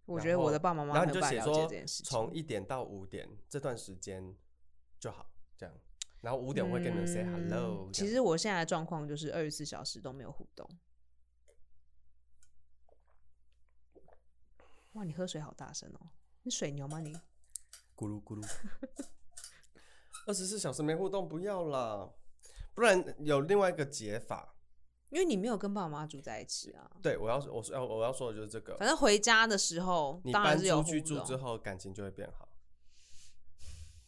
Speaker 2: 我
Speaker 1: 然
Speaker 2: 觉得我
Speaker 1: 后
Speaker 2: 的爸爸妈
Speaker 1: 然
Speaker 2: 妈
Speaker 1: 后你就
Speaker 2: 没有办
Speaker 1: 写
Speaker 2: 法了解
Speaker 1: 说
Speaker 2: 这件事情。
Speaker 1: 从一点到五点这段时间就好，这样。然后五点我会跟你们 say
Speaker 2: 嗯
Speaker 1: hello、
Speaker 2: 其实我现在的状况就是二十四小时都没有互动。哇，你喝水好大声哦！你水牛吗你？
Speaker 1: 咕噜咕噜，二十四小时没互动不要啦，不然有另外一个解法。
Speaker 2: 因为你没有跟爸爸妈妈住在一起啊。
Speaker 1: 对我要我是要我要说的就是这个。
Speaker 2: 反正回家的时候，
Speaker 1: 你
Speaker 2: 当然
Speaker 1: 搬
Speaker 2: 是有
Speaker 1: 出
Speaker 2: 互
Speaker 1: 去住之
Speaker 2: 动。
Speaker 1: 后，感情就会变好。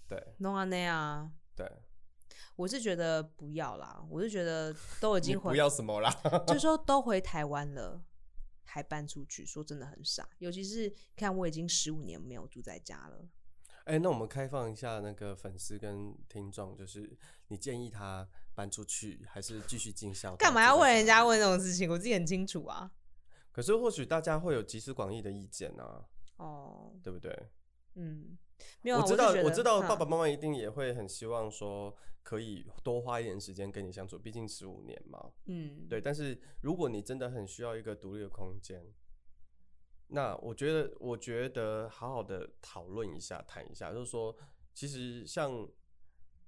Speaker 1: 对
Speaker 2: 弄啊那啊，
Speaker 1: 对，
Speaker 2: 我是觉得不要啦，我是觉得都已
Speaker 1: 你
Speaker 2: 经
Speaker 1: 不
Speaker 2: 回，
Speaker 1: 要什么啦？
Speaker 2: 就是说都回台湾了，还搬出去，说真的很傻。尤其是看我已经十五年没有住在家了，
Speaker 1: 哎、那我们开放一下那个粉丝跟听众，就是你建议他搬出去，还是继续尽孝？
Speaker 2: 干嘛要问人家
Speaker 1: 问？
Speaker 2: 问这种事情？我自己很清楚啊。
Speaker 1: 可是或许大家会有集思广益的意见啊，
Speaker 2: 哦，
Speaker 1: 对不对？
Speaker 2: 嗯，没有啊、
Speaker 1: 我知
Speaker 2: 是
Speaker 1: 道，
Speaker 2: 觉
Speaker 1: 我
Speaker 2: 得
Speaker 1: 知道，爸
Speaker 2: 哈
Speaker 1: 爸妈妈一定也会很希望说可以多花一点时间跟你相处，毕竟十五年嘛。
Speaker 2: 嗯，
Speaker 1: 对，但是如果你真的很需要一个独立的空间，那我觉得，我觉得好好的讨论一下，谈一下，就是说，其实像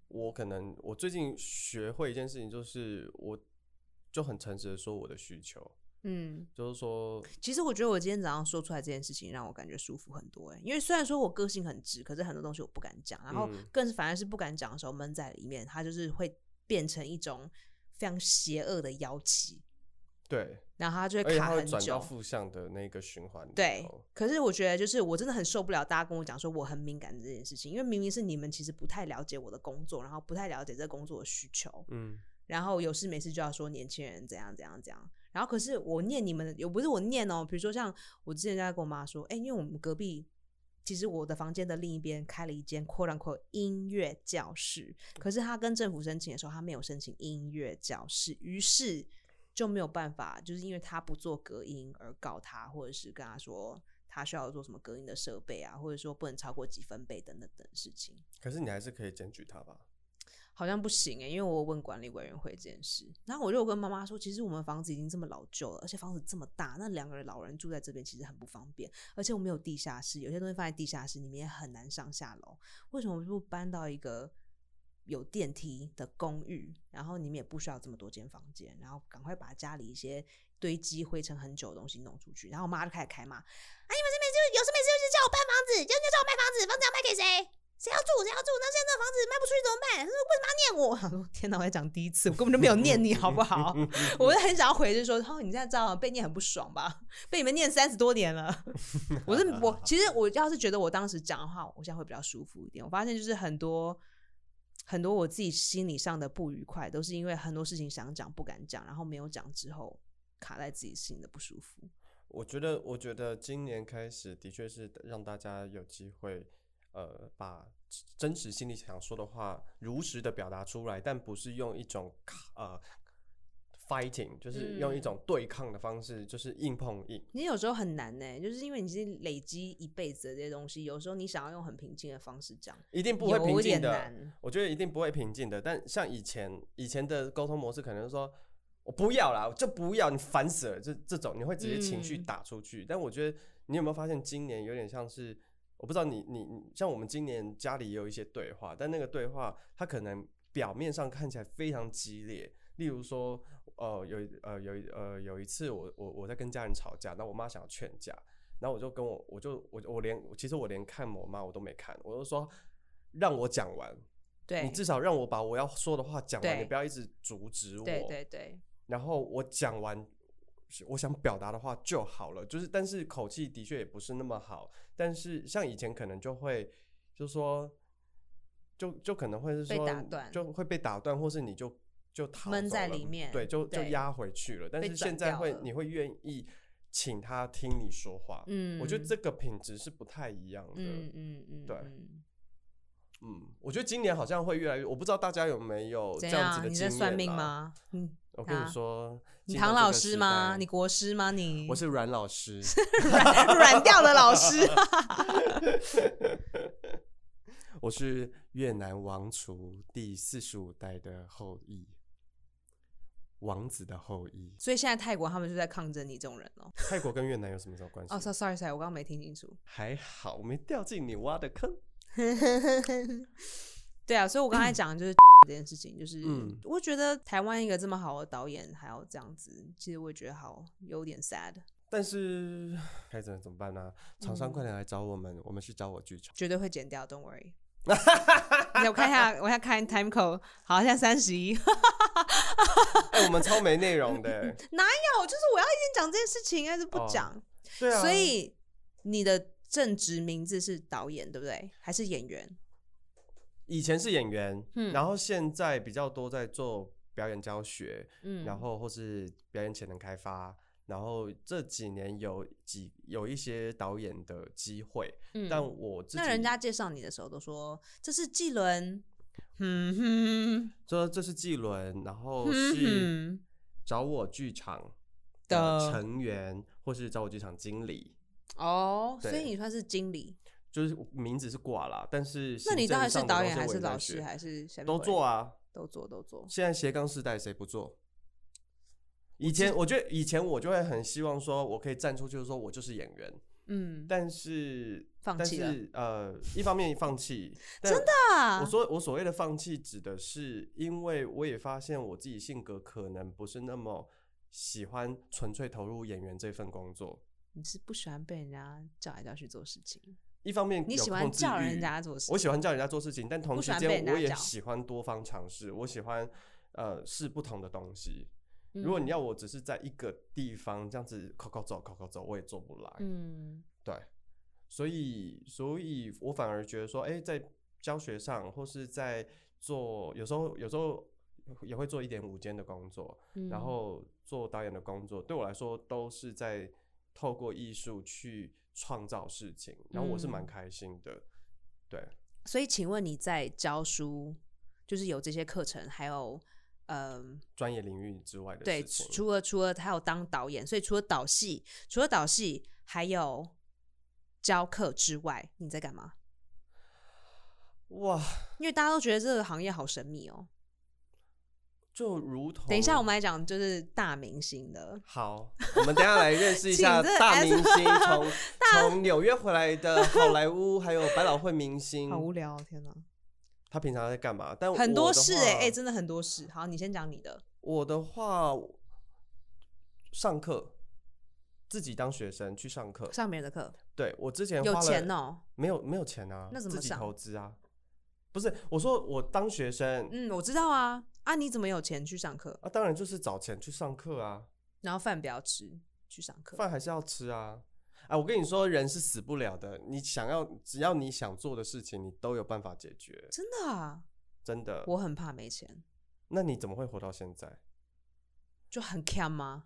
Speaker 1: 我可能我最近学会一件事情，就是我就很诚实的说我的需求，
Speaker 2: 嗯，
Speaker 1: 就是说，
Speaker 2: 其实我觉得我今天早上说出来这件事情，让我感觉舒服很多、欸。因为虽然说我个性很直，可是很多东西我不敢讲，然后
Speaker 1: 嗯
Speaker 2: 更是反而是不敢讲的时候闷在里面，它就是会变成一种非常邪恶的妖气，
Speaker 1: 对，
Speaker 2: 然后它就
Speaker 1: 而
Speaker 2: 会
Speaker 1: 且它
Speaker 2: 卡
Speaker 1: 会
Speaker 2: 很
Speaker 1: 转到
Speaker 2: 久。
Speaker 1: 负向的那个循环里
Speaker 2: 对
Speaker 1: 头，
Speaker 2: 可是我觉得就是我真的很受不了大家跟我讲说我很敏感这件事情，因为明明是你们其实不太了解我的工作，然后不太了解这个工作的需求，
Speaker 1: 嗯，
Speaker 2: 然后有事没事就要说年轻人怎样怎样怎样。然后可是我念你们的，也不是我念哦，比如说像我之前在跟我妈说，哎，因为我们隔壁。其实我的房间的另一边开了一间 “quote unquote” 音乐教室，可是他跟政府申请的时候，他没有申请音乐教室，于是就没有办法，就是因为他不做隔音而告他，或者是跟他说他需要做什么隔音的设备啊，或者说不能超过几分贝等等等事情，
Speaker 1: 可是你还是可以检举他吧？
Speaker 2: 好像不行哎、因为我有问管理委员会这件事，然后我就有跟妈妈说，其实我们房子已经这么老旧了，而且房子这么大，那两个人老人住在这边其实很不方便，而且我们有地下室，有些东西放在地下室里面也很难上下楼，为什么不搬到一个有电梯的公寓，然后你们也不需要这么多间房间，然后赶快把家里一些堆积灰尘很久的东西弄出去，然后我妈就开始开骂，啊，你们这每次有事没事就是叫我搬房子，就是叫我卖房子，房子要卖给谁？谁要住？谁要住？那现在这房子卖不出去怎么办？他说为什么要念我？我想说 天哪，我在讲第一次，我根本就没有念你，好 不好？我就很想要回，就说哦，你现在知道被念很不爽吧？被你们念三十多年 了。我是我，其实我要是觉得我当时讲的话，我现在会比较舒服一点。我发现就是很多很多我自己心理上的不愉快，都是因为很多事情想讲不敢讲，然后没有讲之后卡在自己心的不舒服。
Speaker 1: 我觉得，我觉得今年开始的确是让大家有机会，呃，把真实心里想说的话如实的表达出来，但不是用一种卡呃 fighting，就是用一
Speaker 2: 嗯
Speaker 1: 种对抗的方式，就是硬碰硬。
Speaker 2: 你有时候很难呢、就是因为你是累积一辈子的这些东西，有时候你想要用很平静的方式讲，
Speaker 1: 一定不会平
Speaker 2: 有
Speaker 1: 静
Speaker 2: 点
Speaker 1: 的，
Speaker 2: 难。
Speaker 1: 我觉得一定不会平静的。但像以前以前的沟通模式，可能是说我不要啦，我就不要，你烦死了，这这种你会直接情绪
Speaker 2: 嗯
Speaker 1: 打出去。但我觉得你有没有发现，今年有点像是，我不知道你你你像我们今年家里也有一些对话，但那个对话它可能表面上看起来非常激烈，例如说，呃，有一呃有一呃有一次我我我在跟家人吵架，那我妈想要劝架，然后我就跟我我就我我连其实我连看我妈我都没看，我就说让我讲完，
Speaker 2: 对，
Speaker 1: 你至少让我把我要说的话讲完，
Speaker 2: 对
Speaker 1: 你不要一直阻止我。
Speaker 2: 对对对，
Speaker 1: 然后我讲完我想表达的话就好了，就是但是口气的确也不是那么好，但是像以前可能就会就说就就可能会是
Speaker 2: 被
Speaker 1: 说
Speaker 2: 打断
Speaker 1: 就会被打断，或是你就就逃
Speaker 2: 闷
Speaker 1: 走
Speaker 2: 在
Speaker 1: 了
Speaker 2: 里面
Speaker 1: 对，就就
Speaker 2: 对
Speaker 1: 压回去了。但
Speaker 2: 被
Speaker 1: 是
Speaker 2: 转
Speaker 1: 现在
Speaker 2: 掉
Speaker 1: 会
Speaker 2: 了
Speaker 1: 你会愿意请他听你说话，
Speaker 2: 嗯，
Speaker 1: 我觉得这个品质是不太一样的。
Speaker 2: 嗯嗯嗯，
Speaker 1: 对
Speaker 2: 嗯
Speaker 1: 嗯，我觉得今年好像会越来越，我不知道大家有没有这
Speaker 2: 怎
Speaker 1: 样子
Speaker 2: 样？
Speaker 1: 的
Speaker 2: 你
Speaker 1: 经
Speaker 2: 在
Speaker 1: 验
Speaker 2: 算命
Speaker 1: 啦？
Speaker 2: 吗？嗯，
Speaker 1: 我跟
Speaker 2: 啊
Speaker 1: 你说，
Speaker 2: 你
Speaker 1: 进
Speaker 2: 唐
Speaker 1: 到这
Speaker 2: 老
Speaker 1: 个
Speaker 2: 师
Speaker 1: 时
Speaker 2: 吗？
Speaker 1: 代
Speaker 2: 你国师吗？你
Speaker 1: 我是阮老师，
Speaker 2: 软软掉的老师，
Speaker 1: 我是越南王储第四十五代的后裔，王子的后裔。
Speaker 2: 所以现在泰国他们就在抗争你这种人 哦。
Speaker 1: 泰国跟越南有什么什么关系？
Speaker 2: 哦、s o sorry sorry，我刚刚没听清楚。
Speaker 1: 还好我没掉进你挖的坑。
Speaker 2: 对啊，所以我刚才讲的就是 这件事情，就是、
Speaker 1: 嗯
Speaker 2: 我觉得台湾一个这么好的导演还要这样子，其实我也觉得好有点 sad，
Speaker 1: 但是该怎么怎么办呢、啊厂商
Speaker 2: 嗯
Speaker 1: 快点来找我们，我们去找我剧场。
Speaker 2: 绝对会剪掉，Don't worry。那我看一下，我要看 time code，好，现在三十一。
Speaker 1: 哎、我们超没内容的、
Speaker 2: 有，就是啊我要一边讲这件事情，还是不
Speaker 1: 哦
Speaker 2: 讲？
Speaker 1: 对啊，
Speaker 2: 所以你的正职名字是导演，对不对？还是演员？
Speaker 1: 以前是演员，
Speaker 2: 嗯
Speaker 1: 然后现在比较多在做表演教学，
Speaker 2: 嗯
Speaker 1: 然后或是表演潜能开发。然后这几年有几有一些导演的机会，
Speaker 2: 嗯
Speaker 1: 但我自己
Speaker 2: 那人家介绍你的时候都说这是季伦，嗯
Speaker 1: 说这是纪伦， 然
Speaker 2: 哼，
Speaker 1: 后是
Speaker 2: 嗯哼，
Speaker 1: 找我剧场
Speaker 2: 的
Speaker 1: 的成员，或是找我剧场经理，
Speaker 2: 哦，所以
Speaker 1: 对
Speaker 2: 你算是经理。
Speaker 1: 就是名字是挂啦，但是
Speaker 2: 那你到
Speaker 1: 行政
Speaker 2: 底是
Speaker 1: 上的
Speaker 2: 导
Speaker 1: 都
Speaker 2: 演还
Speaker 1: 我
Speaker 2: 是
Speaker 1: 在
Speaker 2: 老
Speaker 1: 学
Speaker 2: 师还是什么
Speaker 1: 都做
Speaker 2: 啊？
Speaker 1: 啊。
Speaker 2: 都做都做。
Speaker 1: 现在斜杠世代谁不做？以前我觉得以前我就会很希望说，我可以站出去说我就是演员，
Speaker 2: 嗯，
Speaker 1: 但是
Speaker 2: 放
Speaker 1: 但
Speaker 2: 弃了啊
Speaker 1: 是呃，一方面放弃，真的
Speaker 2: 那
Speaker 1: 我说我所谓的放弃，指的是因为我也发现我自己性格可能不是那么喜欢纯粹投入演员这份工作。
Speaker 2: 你是不喜欢被人家叫来叫去做事情，
Speaker 1: 一方面
Speaker 2: 你
Speaker 1: 有
Speaker 2: 喜
Speaker 1: 控
Speaker 2: 欢
Speaker 1: 制
Speaker 2: 叫
Speaker 1: 欲
Speaker 2: 人，家做事
Speaker 1: 我喜欢叫人家做事情，但同
Speaker 2: 不喜
Speaker 1: 时
Speaker 2: 欢被
Speaker 1: 间
Speaker 2: 人家
Speaker 1: 我也
Speaker 2: 叫
Speaker 1: 喜欢多方尝试，我喜欢呃试不同的东西。
Speaker 2: 情。
Speaker 1: 如果你
Speaker 2: 要，
Speaker 1: 要我只是在一个地方这样子靠靠走靠靠走，我也做不来。
Speaker 2: 嗯
Speaker 1: 对，所以所以我反而觉得说，哎、在教学上或是在做，有时候有时候也会做一点午间的工作，
Speaker 2: 嗯，
Speaker 1: 然后做导演的工作，对我来说都是在透过艺术去创造事情，然后我是蛮
Speaker 2: 嗯
Speaker 1: 开心的。对，
Speaker 2: 所以，请问你在教书，就是有这些课程，还有嗯、
Speaker 1: 专业领域之外的
Speaker 2: 对，
Speaker 1: 事情，
Speaker 2: 除了除了还有当导演，所以除了导戏，除了导戏，还有教课之外，你在干嘛？
Speaker 1: 哇，
Speaker 2: 因为大家都觉得这个行业好神秘哦。
Speaker 1: 就如同
Speaker 2: 等一下，我们来讲就是大明星的，
Speaker 1: 好，我们等一下来认识一下
Speaker 2: 请这
Speaker 1: 大
Speaker 2: S-
Speaker 1: 明 星从从纽约回来的好莱坞，还有百老汇明星
Speaker 2: 好，无聊、哦，天哪，
Speaker 1: 他平常在干嘛？但
Speaker 2: 很多事
Speaker 1: 事
Speaker 2: 哎、欸、哎、真的很多事。好，你先讲你的，
Speaker 1: 我的话，上课自己当学生去上课，
Speaker 2: 上别人的课，
Speaker 1: 对我之前
Speaker 2: 有
Speaker 1: 花了
Speaker 2: 钱哦、
Speaker 1: 没有没有钱啊，
Speaker 2: 那怎么
Speaker 1: 自己
Speaker 2: 上
Speaker 1: 投资啊？不是，我说我当学生、
Speaker 2: 嗯，我知道啊，啊，你怎么有钱去上课？
Speaker 1: 啊，当然就是找钱去上课啊，
Speaker 2: 然后饭不要吃，去上课。
Speaker 1: 饭还是要吃啊。啊，我跟你说，人是死不了的。你想要，只要你想做的事情，你都有办法解决。
Speaker 2: 真的啊，
Speaker 1: 真的。
Speaker 2: 我很怕没钱，
Speaker 1: 那你怎么会活到现在？
Speaker 2: 就很 cam 吗？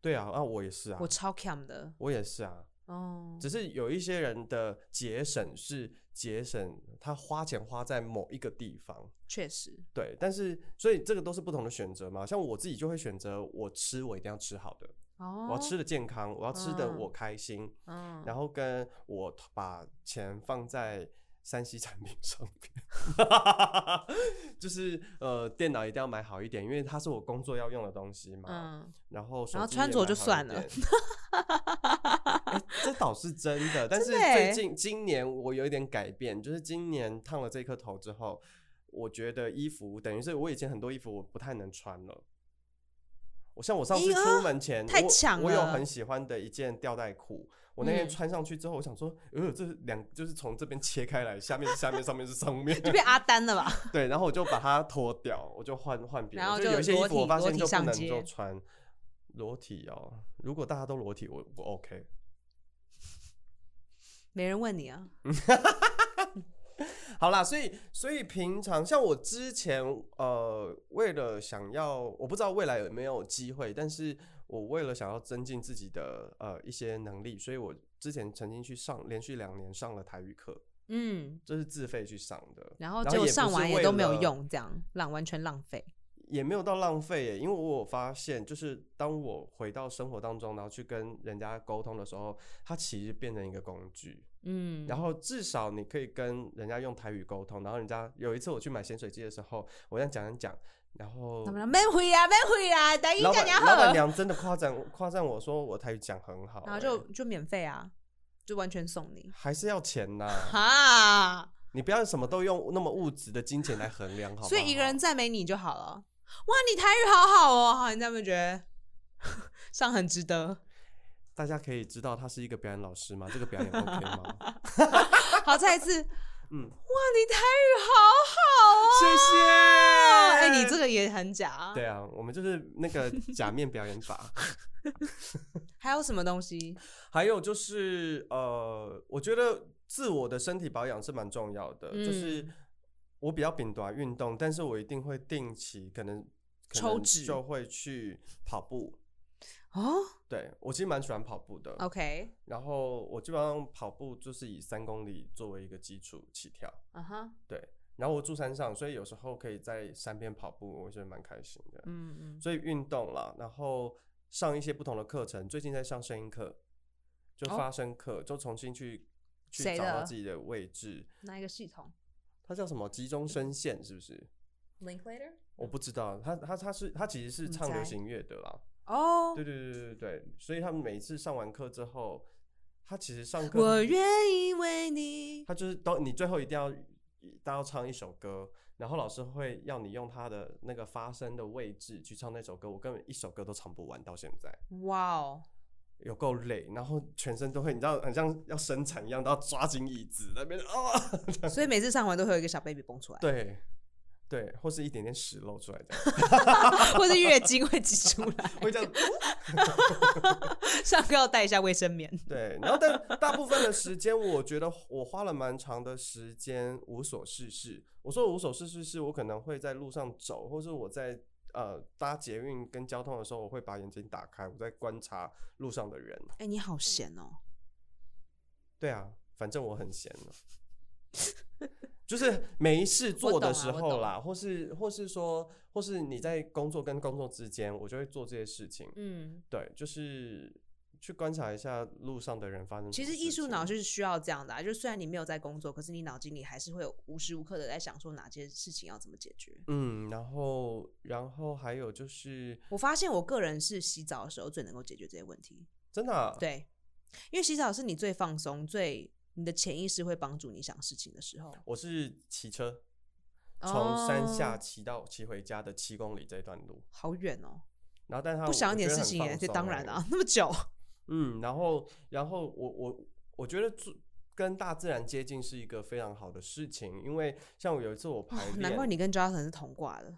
Speaker 1: 对啊，啊，我也是啊，
Speaker 2: 我
Speaker 1: 我
Speaker 2: 超 cam 的
Speaker 1: 也是啊。
Speaker 2: 哦。
Speaker 1: 只是有一些人的节省是节省，他花钱花在某一个地方，
Speaker 2: 确实，
Speaker 1: 对。但是，所以这个都是不同的选择嘛。像我自己就会选择，我吃我一定要吃好的，
Speaker 2: 哦，
Speaker 1: 我要吃的健康，我要吃的
Speaker 2: 嗯
Speaker 1: 我开心，
Speaker 2: 嗯，
Speaker 1: 然后跟我把钱放在三 C 产品上面， 就是呃，电脑一定要买好一点，因为它是我工作要用的东西嘛。
Speaker 2: 嗯，
Speaker 1: 然后手
Speaker 2: 然后
Speaker 1: 机
Speaker 2: 穿
Speaker 1: 也
Speaker 2: 着
Speaker 1: 蛮
Speaker 2: 就
Speaker 1: 好一
Speaker 2: 算了
Speaker 1: 点 欸这倒是真的。但是
Speaker 2: 真的欸
Speaker 1: 最近今年我有一点改变，就是今年烫了这颗头之后，我觉得衣服等于是我以前很多衣服我不太能穿了。我像我上次
Speaker 2: 咦啊
Speaker 1: 出门前，
Speaker 2: 太
Speaker 1: 我
Speaker 2: 强
Speaker 1: 我有
Speaker 2: 了
Speaker 1: 很喜欢的一件吊带裤。我那
Speaker 2: 嗯
Speaker 1: 天穿上去之后，我想说，呃，这两就是从这边切开来，下面是下面，上面是上 面，
Speaker 2: 就变阿丹了吧？
Speaker 1: 对，然后我就把它脱掉，我就换换别的，
Speaker 2: 然后
Speaker 1: 就
Speaker 2: 就
Speaker 1: 有一些
Speaker 2: 裸
Speaker 1: 衣服我
Speaker 2: 体
Speaker 1: 发
Speaker 2: 裸
Speaker 1: 现
Speaker 2: 体
Speaker 1: 就不
Speaker 2: 上
Speaker 1: 能
Speaker 2: 街
Speaker 1: 就穿裸体哦。如果大家都裸体，我我 OK。
Speaker 2: 没人问你啊，
Speaker 1: 好啦，所以所以平常像我之前呃，为了想要，我不知道未来有没有机会，但是我为了想要增进自己的呃一些能力，所以我之前曾经去上连续两年上了台语课，
Speaker 2: 嗯，
Speaker 1: 这是自费去上的，
Speaker 2: 然后
Speaker 1: 然
Speaker 2: 结
Speaker 1: 后
Speaker 2: 果
Speaker 1: 也不
Speaker 2: 上
Speaker 1: 是
Speaker 2: 完也
Speaker 1: 为
Speaker 2: 都没有
Speaker 1: 了
Speaker 2: 用，这样浪完全浪费。
Speaker 1: 也没有到浪费耶，因为我有发现，就是当我回到生活当中，然后去跟人家沟通的时候，它其实变成一个工具。
Speaker 2: 嗯，
Speaker 1: 然
Speaker 2: 后
Speaker 1: 后至少你可以跟人家用台语沟通，然后人家有一次我去买咸水鸡的时候，我这样讲一讲，然后
Speaker 2: 怎么了？没回啊，没回啊，等一
Speaker 1: 老
Speaker 2: 下
Speaker 1: 板
Speaker 2: 你要
Speaker 1: 老板
Speaker 2: 喝，
Speaker 1: 娘真的夸赞夸赞我说我台语讲很好耶，欸
Speaker 2: 然后就就免费啊，就完全送你。
Speaker 1: 还是要钱呐、
Speaker 2: 哈，
Speaker 1: 你不要什么都用那么物质的金钱来衡量，好不好？
Speaker 2: 所以一个人赞美你就好了。哇，你台语好好哦，好，你有没有觉得 上很值得？
Speaker 1: 大家可以知道他是一个表演老师吗？这个 表演 OK 吗？
Speaker 2: 好，再一次，
Speaker 1: 嗯，
Speaker 2: 哇，你台语好好
Speaker 1: 谢谢。
Speaker 2: 哦。哎、你这个也很假啊。
Speaker 1: 对啊，我们就是那个假面表演法。
Speaker 2: 还有什么东西？
Speaker 1: 还有就是呃，我觉得自我的身体保养是蛮重要的，就是
Speaker 2: 嗯
Speaker 1: 我比较秉短运动，但是我一定会定期可能可
Speaker 2: 抽
Speaker 1: 能
Speaker 2: 脂
Speaker 1: 就会去跑步。
Speaker 2: 哦
Speaker 1: 对我其实蛮喜欢跑步的
Speaker 2: ，OK，
Speaker 1: 然后我基本上跑步就是以三公里作为一个基础起跳。
Speaker 2: 啊哈，
Speaker 1: 对，然后我住山上，所以有时候可以在山边跑步，我觉得蛮开心的。
Speaker 2: 嗯嗯，
Speaker 1: 所以运动啦，然后上一些不同的课程，最近在上声音课，就
Speaker 2: 哦
Speaker 1: 发声课，就重新去去
Speaker 2: 谁
Speaker 1: 找
Speaker 2: 的
Speaker 1: 到自己的位置。
Speaker 2: 哪一个系统
Speaker 1: 它叫什么？集中声线是不是？
Speaker 2: ？Linklater？
Speaker 1: 我不知道，他他他是他其实是
Speaker 2: 嗯
Speaker 1: 唱
Speaker 2: 在
Speaker 1: 流行乐的啦，
Speaker 2: 哦，
Speaker 1: 对对对对对对，所以他们每一次上完课之后，他其实上课
Speaker 2: 我愿意为你。
Speaker 1: 他就是都你最后一定要大家要唱一首歌，然后老师会要你用他的那个发声的位置去唱那首歌，我根本一首歌都唱不完，到现在
Speaker 2: 哇 哦，
Speaker 1: 有够累，然后全身都会你知道很像要生产一样，都要抓紧椅子那边啊，
Speaker 2: 所以每次上完都会有一个小 baby 蹦出来，
Speaker 1: 对对，或是一点点屎露出来这样，
Speaker 2: 或是月经会挤出来，
Speaker 1: 会这样
Speaker 2: 上课要带一下卫生棉。
Speaker 1: 对，然后但大部分的时间，我觉得我花了蛮长的时间无所事事。我说的无所事事是我可能会在路上走，或是我在呃搭捷运跟交通的时候，我会把眼睛打开，我在观察路上的人。
Speaker 2: 哎、你好闲哦。
Speaker 1: 对啊，反正我很闲了。 就是没事做的时
Speaker 2: 我
Speaker 1: 候
Speaker 2: 懂
Speaker 1: 啦，
Speaker 2: 啊
Speaker 1: 或是或是说，或是你在工作跟工作之间，我就会做这些事情。
Speaker 2: 嗯，
Speaker 1: 对，就是去观察一下路上的人发生什
Speaker 2: 其
Speaker 1: 么事情。
Speaker 2: 实艺术脑是需要这样的、啊，就虽然你没有在工作，可是你脑筋里还是会有无时无刻的在想说哪些事情要怎么解决。
Speaker 1: 嗯，然后然后还有就是
Speaker 2: 我发现我个人是洗澡的时候最能够解决这些问题。
Speaker 1: 真的、啊，
Speaker 2: 对，因为洗澡是你最放松、最你的潜意识会帮助你想事情的时候。
Speaker 1: 我是骑车从山下
Speaker 2: 哦
Speaker 1: 骑到骑回家的七公里这一段路，
Speaker 2: 好远哦，
Speaker 1: 然后但是它
Speaker 2: 不想
Speaker 1: 我
Speaker 2: 一点
Speaker 1: 觉得
Speaker 2: 事
Speaker 1: 很
Speaker 2: 情耶，
Speaker 1: 放
Speaker 2: 这
Speaker 1: 松
Speaker 2: 当
Speaker 1: 欸
Speaker 2: 然啊，，那么久，
Speaker 1: 嗯，然后然后我我我觉得住跟大自然接近是一个非常好的事情，因为像我有一次我排练，
Speaker 2: 难怪你跟 Johnson 是同 挂的。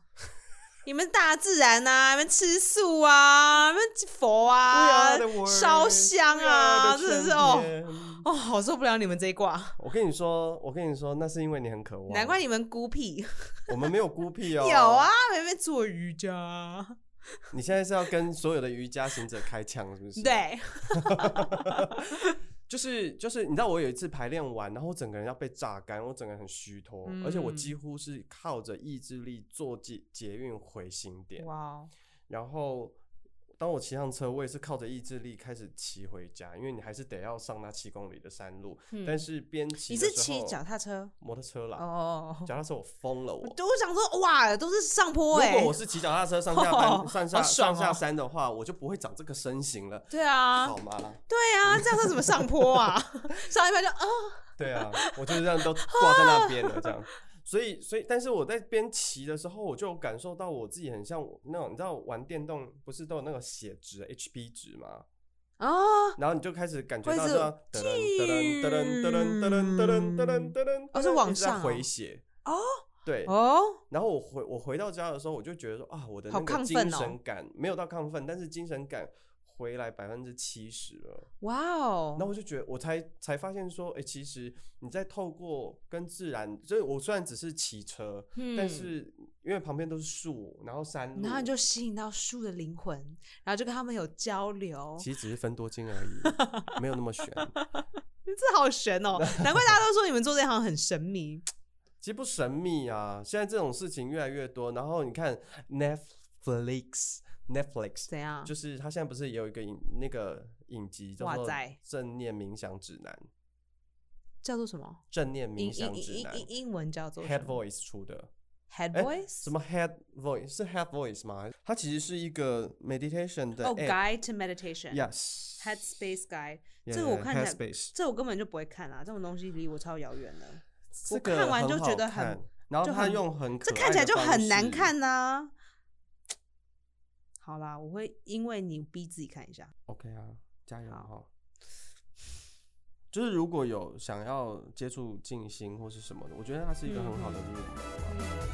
Speaker 2: 你们大自然啊，你们吃素啊，你们佛
Speaker 1: We are
Speaker 2: 啊
Speaker 1: the，world,
Speaker 2: 烧香
Speaker 1: we
Speaker 2: 啊，
Speaker 1: are
Speaker 2: 真
Speaker 1: the
Speaker 2: 的是哦
Speaker 1: champion
Speaker 2: 哦，好受不了你们这一挂，
Speaker 1: 我跟你说，我跟你说，那是因为你很渴望，
Speaker 2: 难怪你们孤僻。
Speaker 1: 我们没有孤僻哦，
Speaker 2: 有啊，，妹妹做瑜伽，
Speaker 1: 你现在是要跟所有的瑜伽行者开枪是不是？。
Speaker 2: 对，
Speaker 1: 就是就是，你知道我有一次排练完，然后我整个人要被榨干，我整个人很虚脱，而且我
Speaker 2: 嗯
Speaker 1: 几乎是靠着意志力坐捷捷运回新店。
Speaker 2: 哇哦，
Speaker 1: 然后当我骑上车，我也是靠着意志力开始骑回家，因为你还是得要上那七公里的山路。
Speaker 2: 嗯
Speaker 1: 但是边骑
Speaker 2: 你
Speaker 1: 的
Speaker 2: 是
Speaker 1: 时候
Speaker 2: 骑脚踏车
Speaker 1: 摩托车
Speaker 2: 哦
Speaker 1: 啦，
Speaker 2: 哦，哦
Speaker 1: 脚踏车我疯了我。
Speaker 2: 对，我想说，哇，都是上坡
Speaker 1: 如
Speaker 2: 哎、
Speaker 1: 果我是骑脚踏车上 下班、
Speaker 2: 哦
Speaker 1: 上下
Speaker 2: 好爽
Speaker 1: 上下
Speaker 2: 哦
Speaker 1: 山的话，我就不会长这个身形了，
Speaker 2: 对啊
Speaker 1: 好，吗？
Speaker 2: 对啊，这样算怎么上 坡啊？上一半就啊，
Speaker 1: 对啊，我就是这样都挂在那边了，这样。所以，所以，但是我在边骑的时候，我就有感受到我自己很像我那种，你知道玩电动不是都有那个血值 HP 值吗？
Speaker 2: 哦，
Speaker 1: 然后你就开始感觉到
Speaker 2: 会
Speaker 1: 这
Speaker 2: 是
Speaker 1: 样，噔噔噔噔噔噔噔噔噔噔噔噔，
Speaker 2: 哦是
Speaker 1: 噔
Speaker 2: 往
Speaker 1: 一直在
Speaker 2: 上哦
Speaker 1: 回血
Speaker 2: 哦，
Speaker 1: 对。
Speaker 2: 哦，
Speaker 1: 然后我回我回到家的时候，我就觉得说啊，我的那
Speaker 2: 好亢
Speaker 1: 个
Speaker 2: 奋
Speaker 1: 精
Speaker 2: 哦
Speaker 1: 神感没有到亢奋，但是精神感回来百分之七十了。
Speaker 2: 哇
Speaker 1: 然后
Speaker 2: 哦，
Speaker 1: 我就觉得，我才才发现说，哎、其实你在透过跟自然，就是我虽然只是骑车，
Speaker 2: 嗯
Speaker 1: 但是因为旁边都是树，然后山路，
Speaker 2: 然后你就吸引到树的灵魂，然后就跟他们有交流，
Speaker 1: 其实只是分多金而已，没有那么悬。
Speaker 2: 这好 神哦，难怪大家都说你们做这行很神秘。
Speaker 1: 其实不神秘啊，现在这种事情越来越多。然后你看 Netflix。Netflix
Speaker 2: 怎样？
Speaker 1: 就是他现在不是也有一个影那个影集叫
Speaker 2: 哇
Speaker 1: 做
Speaker 2: 塞
Speaker 1: 《正念冥想指南》，
Speaker 2: 叫做什么？
Speaker 1: 正念
Speaker 2: 英
Speaker 1: 冥
Speaker 2: 英
Speaker 1: 想
Speaker 2: 英
Speaker 1: 指
Speaker 2: 英
Speaker 1: 南
Speaker 2: 英英文叫做什
Speaker 1: ，Head
Speaker 2: 么
Speaker 1: Voice 出的。
Speaker 2: Head
Speaker 1: 哎
Speaker 2: Voice？
Speaker 1: 什么 Head Voice 是 Head Voice 吗？它其实是一个 meditation 的哎
Speaker 2: 哦
Speaker 1: app。
Speaker 2: ，Guide to Meditation。
Speaker 1: Yes，
Speaker 2: Headspace Guide，
Speaker 1: Yeah,
Speaker 2: 这个我看
Speaker 1: yeah,
Speaker 2: 起来
Speaker 1: Headspace
Speaker 2: 这我根本就不会看啊，这种东西离我超遥远的。
Speaker 1: 这
Speaker 2: 我
Speaker 1: 个
Speaker 2: 看完就觉得
Speaker 1: 很好
Speaker 2: 很
Speaker 1: 看，然后
Speaker 2: 就
Speaker 1: 他
Speaker 2: 很
Speaker 1: 用很
Speaker 2: 这
Speaker 1: 可
Speaker 2: 看起
Speaker 1: 爱
Speaker 2: 来
Speaker 1: 的
Speaker 2: 就很
Speaker 1: 方
Speaker 2: 难
Speaker 1: 式
Speaker 2: 看呐、好啦，我会因为你逼自己看一下。
Speaker 1: OK 啊，加油
Speaker 2: 好
Speaker 1: 哈！就是如果有想要接触静心或是什么的，我觉得它是一个很好的入门。